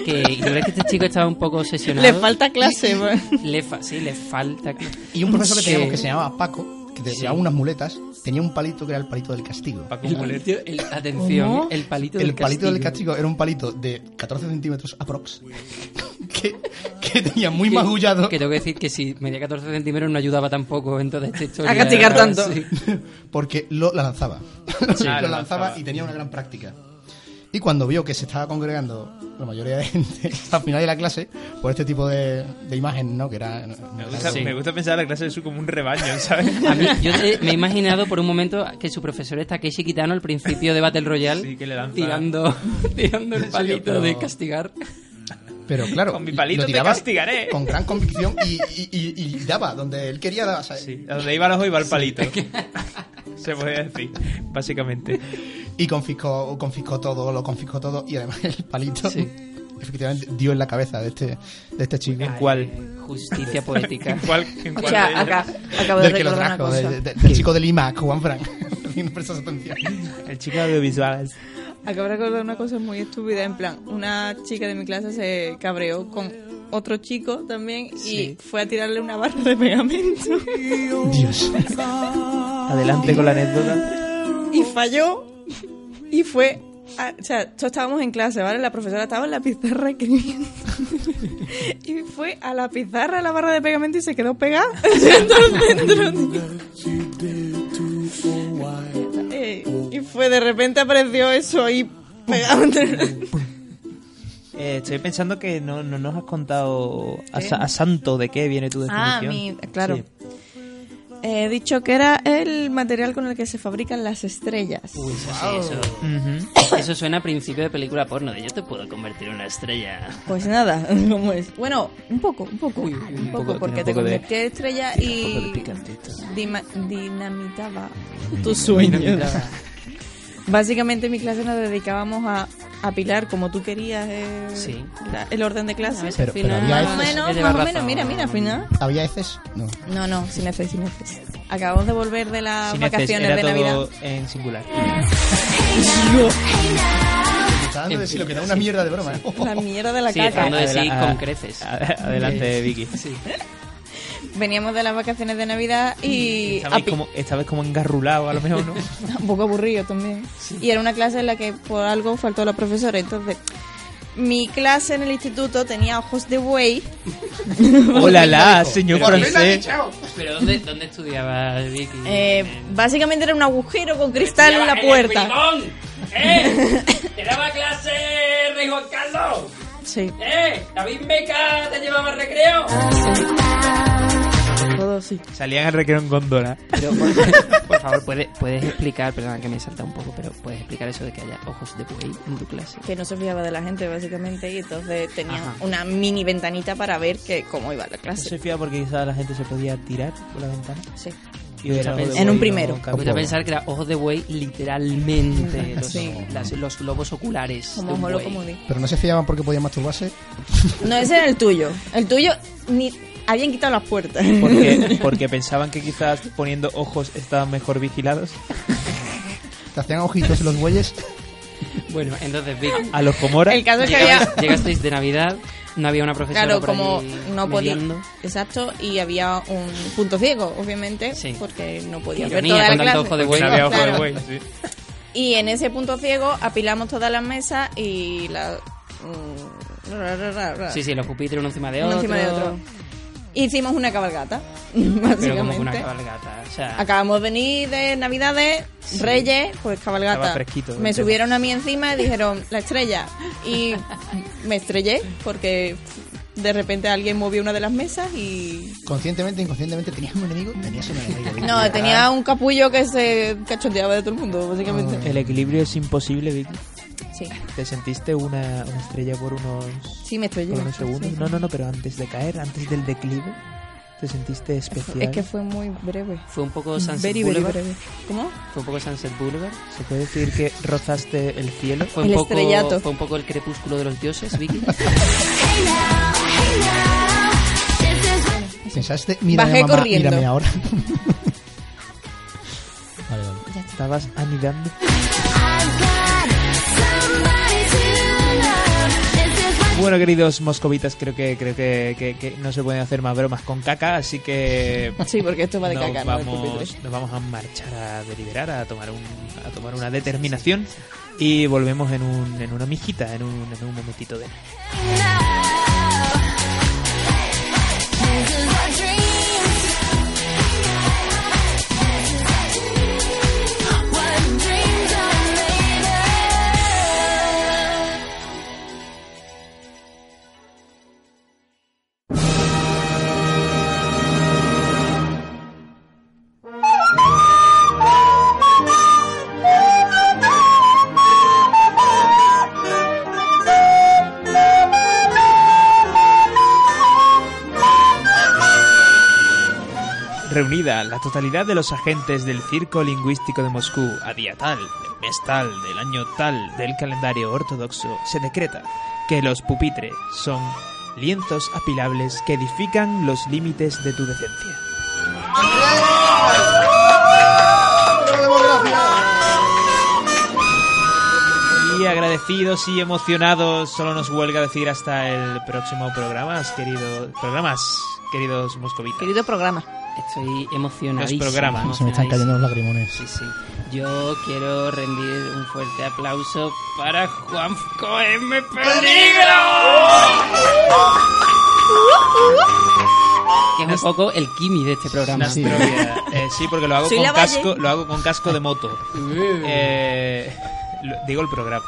Speaker 5: Que, ¿y ¿No ves que este chico estaba un poco obsesionado?
Speaker 1: Le falta clase, pues.
Speaker 5: Le fa- sí, le falta... que-
Speaker 2: Y un profesor que
Speaker 5: Sí.
Speaker 2: teníamos que se llamaba Paco, que tenía
Speaker 5: Sí.
Speaker 2: unas muletas, tenía un palito que era el palito del castigo.
Speaker 3: Paco
Speaker 5: El
Speaker 3: Muller.
Speaker 5: palito- el- atención,
Speaker 1: ¿Cómo?
Speaker 5: el palito del
Speaker 2: El palito del
Speaker 5: castillo.
Speaker 2: castigo era un palito de 14 centímetros aprox que, que tenía muy magullado.
Speaker 5: Que tengo que decir que si medía 14 centímetros no ayudaba tampoco, entonces esta historia...
Speaker 1: A castigar tanto.
Speaker 5: Sí.
Speaker 2: porque lo la lanzaba.
Speaker 3: Ah, la
Speaker 2: lo
Speaker 3: lanzaba.
Speaker 2: lanzaba y tenía una gran práctica. Y cuando vio que se estaba congregando la mayoría de gente al final de la clase por este tipo de, de imagen, ¿no? Que era.
Speaker 3: Me gusta,
Speaker 5: Sí.
Speaker 3: me gusta pensar la clase de su como un rebaño, ¿sabes?
Speaker 5: A mí, yo te- me he imaginado por un momento que su profesor es Takeshi Kitano al principio de Battle Royale
Speaker 3: Sí, que le lanza-
Speaker 5: tirando, tirando el palito
Speaker 2: pero-
Speaker 5: de castigar.
Speaker 2: Pero claro,
Speaker 3: Con mi palito
Speaker 2: lo
Speaker 3: te
Speaker 2: tiraba
Speaker 3: castigaré.
Speaker 2: Con gran convicción y, y- y- y daba donde él quería, daba. ¿sabes?
Speaker 3: Sí, a donde iba el ojo iba el palito. Se podía decir, básicamente.
Speaker 2: Y confiscó, confiscó todo, lo confiscó todo y además el palito.
Speaker 5: Sí.
Speaker 2: Efectivamente, dio en la cabeza de este, de este chico.
Speaker 3: ¿En cuál?
Speaker 5: Justicia poética.
Speaker 3: ¿En cuál? ¿En
Speaker 1: O
Speaker 3: cuál de
Speaker 1: sea,
Speaker 3: ellas?
Speaker 1: acá, acabo de
Speaker 2: Del que lo
Speaker 1: recordar una
Speaker 2: trajo,
Speaker 1: cosa.
Speaker 2: de- de- del chico del IMAC, Juan Frank. Haciendo prestas atención.
Speaker 3: El chico de audiovisuales.
Speaker 1: Acabo de recordar una cosa muy estúpida, en plan, una chica de mi clase se cabreó con otro chico también y
Speaker 5: Sí.
Speaker 1: fue a tirarle una barra de pegamento
Speaker 2: Dios.
Speaker 3: Adelante con la anécdota.
Speaker 1: y falló y fue... a- o sea, todos estábamos en clase, ¿vale? La profesora estaba en la pizarra escribiendo y fue a la pizarra de la barra de pegamento y se quedó pegada dentro, dentro. Eh, y fue de repente apareció eso ahí pegado entre-
Speaker 3: Eh, estoy pensando que no, no nos has contado a, Sa- a Santo de qué viene tu definición.
Speaker 1: Ah, mi, claro.
Speaker 3: Sí.
Speaker 1: He dicho que era el material con el que se fabrican las estrellas.
Speaker 5: Uy, eso sí, eso,
Speaker 3: Ujú.
Speaker 5: eso suena a principio de película porno, de yo te puedo convertir en una estrella.
Speaker 1: Pues nada, ¿cómo es? Bueno, un poco, un poco,
Speaker 5: Uy,
Speaker 1: un,
Speaker 5: un
Speaker 1: poco,
Speaker 5: poco,
Speaker 1: porque
Speaker 5: tiene un
Speaker 1: te
Speaker 5: poco de-
Speaker 1: convertí en estrella
Speaker 5: un poco
Speaker 1: y
Speaker 5: de picantito.
Speaker 1: dima- dinamitaba tus sueños. Básicamente en mi clase nos dedicábamos a apilar como tú querías eh,
Speaker 5: Sí.
Speaker 1: la- el orden de clase.
Speaker 5: veces
Speaker 2: Pero-
Speaker 5: al
Speaker 2: pero había
Speaker 5: final-
Speaker 1: Más o
Speaker 2: veces-
Speaker 1: menos,
Speaker 5: Lleva
Speaker 1: más o
Speaker 5: razón.
Speaker 1: menos, mira, mira, al final.
Speaker 2: ¿Había heces? No.
Speaker 1: No, no, sin F, sin F. Acabamos de volver de las
Speaker 3: Sin Fs,
Speaker 1: Ah, vacaciones
Speaker 3: era
Speaker 1: de Navidad.
Speaker 3: todo en singular.
Speaker 2: Estaba dando de sí, lo que era una mierda de broma. ¿eh?
Speaker 1: La mierda de la
Speaker 5: Sí,
Speaker 1: caca.
Speaker 5: Fernando,
Speaker 3: Adela-
Speaker 5: sí,
Speaker 3: a-
Speaker 5: con creces.
Speaker 3: a- Adelante, Vicky.
Speaker 5: Sí.
Speaker 1: Veníamos de las vacaciones de Navidad y
Speaker 3: Esta vez,
Speaker 1: api-
Speaker 3: como, esta vez como engarrulado, a lo mejor, ¿no?
Speaker 1: un poco aburrido también. Y era una clase en la que por algo faltó la profesora. Entonces, mi clase en el instituto tenía ojos de buey.
Speaker 3: ¡Hola, la, señor
Speaker 2: Por fin la
Speaker 3: francés!
Speaker 5: Pero ¿dónde, dónde estudiaba Vicky?
Speaker 1: Eh,
Speaker 5: Mm.
Speaker 1: básicamente era un agujero con cristal en la puerta.
Speaker 5: ¡Eh! ¡Te daba clase, Rey Juan Carlos!
Speaker 1: Sí,
Speaker 5: ¡Eh! ¡David Meca te llevaba recreo!
Speaker 1: todo sí.
Speaker 3: Salían al recreo en góndola.
Speaker 5: Pero por, por favor, ¿puedes, puedes explicar, perdón que me he saltado un poco, pero puedes explicar eso de que haya ojos de buey en tu clase.
Speaker 1: Que no se fijaba de la gente, básicamente. Y entonces tenía
Speaker 5: Ajá.
Speaker 1: una mini ventanita para ver que cómo iba la
Speaker 3: No
Speaker 1: clase.
Speaker 3: se fía porque quizás la gente se podía tirar por la ventana.
Speaker 1: Sí.
Speaker 3: Y era
Speaker 5: En
Speaker 3: todo
Speaker 1: un
Speaker 3: bueno,
Speaker 1: primero.
Speaker 3: no,
Speaker 5: Voy a
Speaker 3: cambio.
Speaker 5: pensar que era ojos de buey literalmente, los,
Speaker 1: Sí.
Speaker 5: las- los globos oculares. de
Speaker 1: Como
Speaker 5: un
Speaker 1: molo
Speaker 5: buey.
Speaker 1: como di.
Speaker 2: Pero no se fiaban porque podían masturbarse.
Speaker 1: No, ese era el tuyo. El tuyo ni habían quitado las puertas.
Speaker 3: Porque, porque pensaban que quizás poniendo ojos estaban mejor vigilados.
Speaker 2: Te hacían ojitos los bueyes.
Speaker 5: Bueno, entonces, Vicky,
Speaker 3: A los comoras.
Speaker 1: El caso es que
Speaker 5: llegabais-
Speaker 1: había
Speaker 5: llegasteis de Navidad no había una profesora
Speaker 1: Claro,
Speaker 5: por
Speaker 1: como
Speaker 5: allí
Speaker 1: no podía.
Speaker 5: mediando.
Speaker 1: Exacto, y había un punto ciego, obviamente,
Speaker 5: Sí.
Speaker 1: porque no podía
Speaker 5: Qué
Speaker 1: ver
Speaker 5: ironía,
Speaker 1: toda la
Speaker 5: con tanto
Speaker 1: clase.
Speaker 5: ojo de buey.
Speaker 1: Claro.
Speaker 5: había
Speaker 1: Y en ese punto ciego apilamos todas las mesas y la. mm, ra, ra, ra, ra.
Speaker 5: Sí, sí, los pupitres uno encima de
Speaker 1: Uno
Speaker 5: otro.
Speaker 1: encima de otro. Hicimos una cabalgata,
Speaker 5: Pero como que una
Speaker 1: básicamente.
Speaker 5: cabalgata. O sea,
Speaker 1: Acabamos de venir de Navidades, Reyes, pues
Speaker 3: Estaba
Speaker 1: cabalgata.
Speaker 3: fresquito,
Speaker 1: Me
Speaker 3: el tema.
Speaker 1: subieron a mí encima y dijeron, la estrella. Y me estrellé porque de repente alguien movió una de las mesas y...
Speaker 2: Conscientemente, inconscientemente, tenías un enemigo, tenías un enemigo.
Speaker 3: Ah,
Speaker 1: No, tenía un capullo que se cachondeaba de todo el mundo, básicamente.
Speaker 3: El equilibrio es imposible, Vicky.
Speaker 1: Sí,
Speaker 3: ¿Te sentiste una, una estrella por unos,
Speaker 1: sí me estrellé.
Speaker 3: por unos segundos?
Speaker 1: Sí.
Speaker 3: No, no, no, pero antes de caer, antes del declive, ¿te sentiste especial?
Speaker 1: Es que fue muy breve.
Speaker 5: fue un poco Sunset
Speaker 1: Very, very
Speaker 5: Boulevard.
Speaker 1: breve. ¿Cómo?
Speaker 5: Fue un poco Sunset Boulevard.
Speaker 3: ¿Se puede decir que rozaste el cielo?
Speaker 5: Fue un
Speaker 1: El
Speaker 5: poco,
Speaker 1: estrellato.
Speaker 5: Fue un poco el crepúsculo de los dioses, Vicky.
Speaker 2: Pensaste, este, mírame,
Speaker 1: Bajé
Speaker 2: mamá,
Speaker 1: corriendo.
Speaker 2: mírame ahora. vale, vale.
Speaker 3: ¿Estabas anidando? Bueno, queridos moscovitas, creo que creo que, que- que no se pueden hacer más bromas con caca, así que
Speaker 1: Sí, porque esto va de
Speaker 3: nos
Speaker 1: caca, ¿no? De
Speaker 3: vamos,
Speaker 1: pupitre.
Speaker 3: nos vamos a marchar a deliberar, a tomar un, a tomar una determinación y volvemos en, un, en una mijita, en un, en un momentito de. Reunida la totalidad de los agentes del Circo Lingüístico de Moscú a día tal, del mes tal, del año tal, del calendario ortodoxo, se decreta que los pupitres son lienzos apilables que edifican los límites de tu decencia. Y agradecidos y emocionados, solo nos huelga decir hasta el próximo programa, queridos programas, queridos moscovitas.
Speaker 1: Querido programa.
Speaker 5: Estoy emocionadísimo.
Speaker 3: Los programas.
Speaker 2: Se me están
Speaker 5: emocionadísimo.
Speaker 2: cayendo los lagrimones.
Speaker 5: Sí, sí. Yo quiero rendir un fuerte aplauso para Juanfco M. Peligro. Que es un poco el Kimi de este programa.
Speaker 2: Sí.
Speaker 3: Pero mira, eh, sí, porque lo hago
Speaker 1: Soy
Speaker 3: con
Speaker 1: la Valle.
Speaker 3: casco, lo hago con casco de moto. Eh, lo- digo el programa.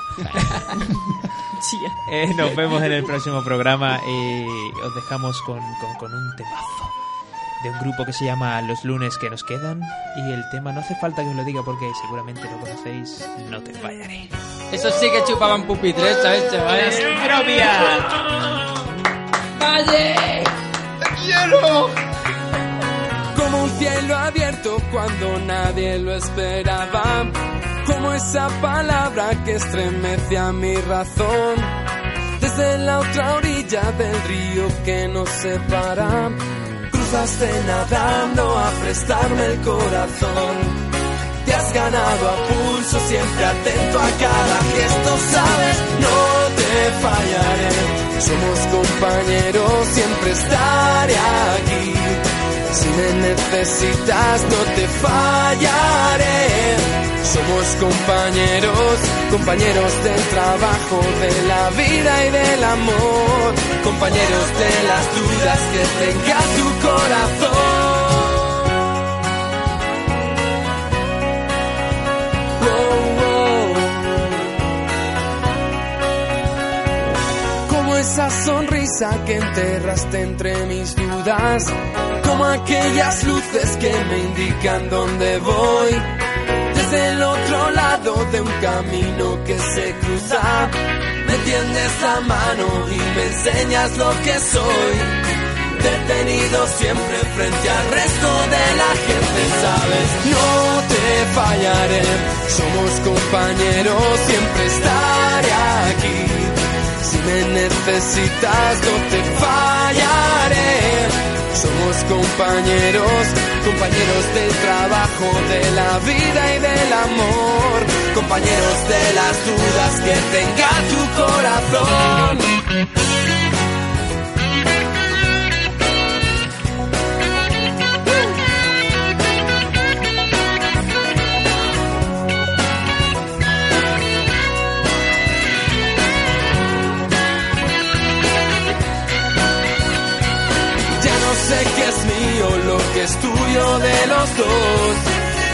Speaker 3: Eh, nos vemos en el próximo programa y os dejamos con, con- con un temazo de un grupo que se llama Los lunes que nos quedan y el tema no hace falta que os lo diga porque seguramente lo conocéis. No te fallaré.
Speaker 5: Eso sí que chupaban pupitres, ¿sabes, chavales?
Speaker 4: Como un cielo abierto cuando nadie lo esperaba. Como esa palabra que estremece a mi razón. Desde la otra orilla del río que nos separa. Cruzaste nadando a prestarme el corazón. Te has ganado a pulso, siempre atento a cada gesto, sabes, no te fallaré. Somos compañeros, siempre estaré aquí. Si me necesitas no te fallaré. Somos compañeros, compañeros del trabajo, de la vida y del amor. Compañeros de las dudas que tenga tu corazón. Oh, oh. Como esa sonrisa que enterraste entre mis dudas. Como aquellas luces que me indican dónde voy. Desde el otro lado de un camino que se cruza. Me tiendes la mano y me enseñas lo que soy. Detenido siempre frente al resto de la gente, sabes, no te fallaré. Somos compañeros, siempre estaré aquí. Si me necesitas no te fallaré. Somos compañeros, compañeros del trabajo, de la vida y del amor. Compañeros de las dudas que tenga tu corazón. es tuyo de los dos.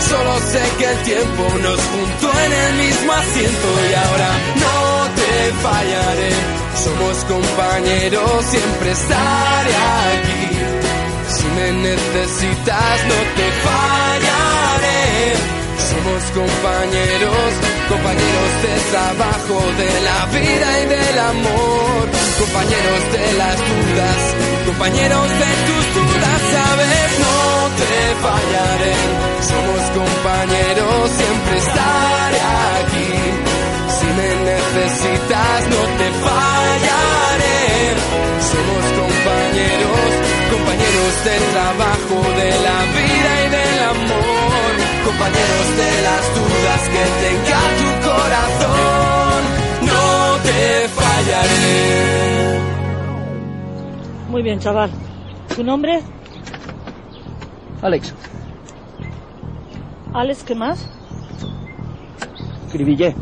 Speaker 4: Solo sé que el tiempo nos juntó en el mismo asiento y ahora no te fallaré. Somos compañeros, siempre estaré aquí. Si me necesitas, no te fallaré. Somos compañeros, compañeros de trabajo, de la vida y del amor, compañeros de las dudas, compañeros de tus dudas, sabes, no te fallaré. Somos compañeros, siempre estaré aquí. Si me necesitas, no te fallaré. Somos compañeros, compañeros del trabajo, de la vida y del amor, compañeros de las dudas que tenga tu corazón, no te fallaré.
Speaker 10: Muy bien, chaval. ¿Tu nombre?
Speaker 11: Alex,
Speaker 10: Alex, ¿qué más?
Speaker 11: cribillé.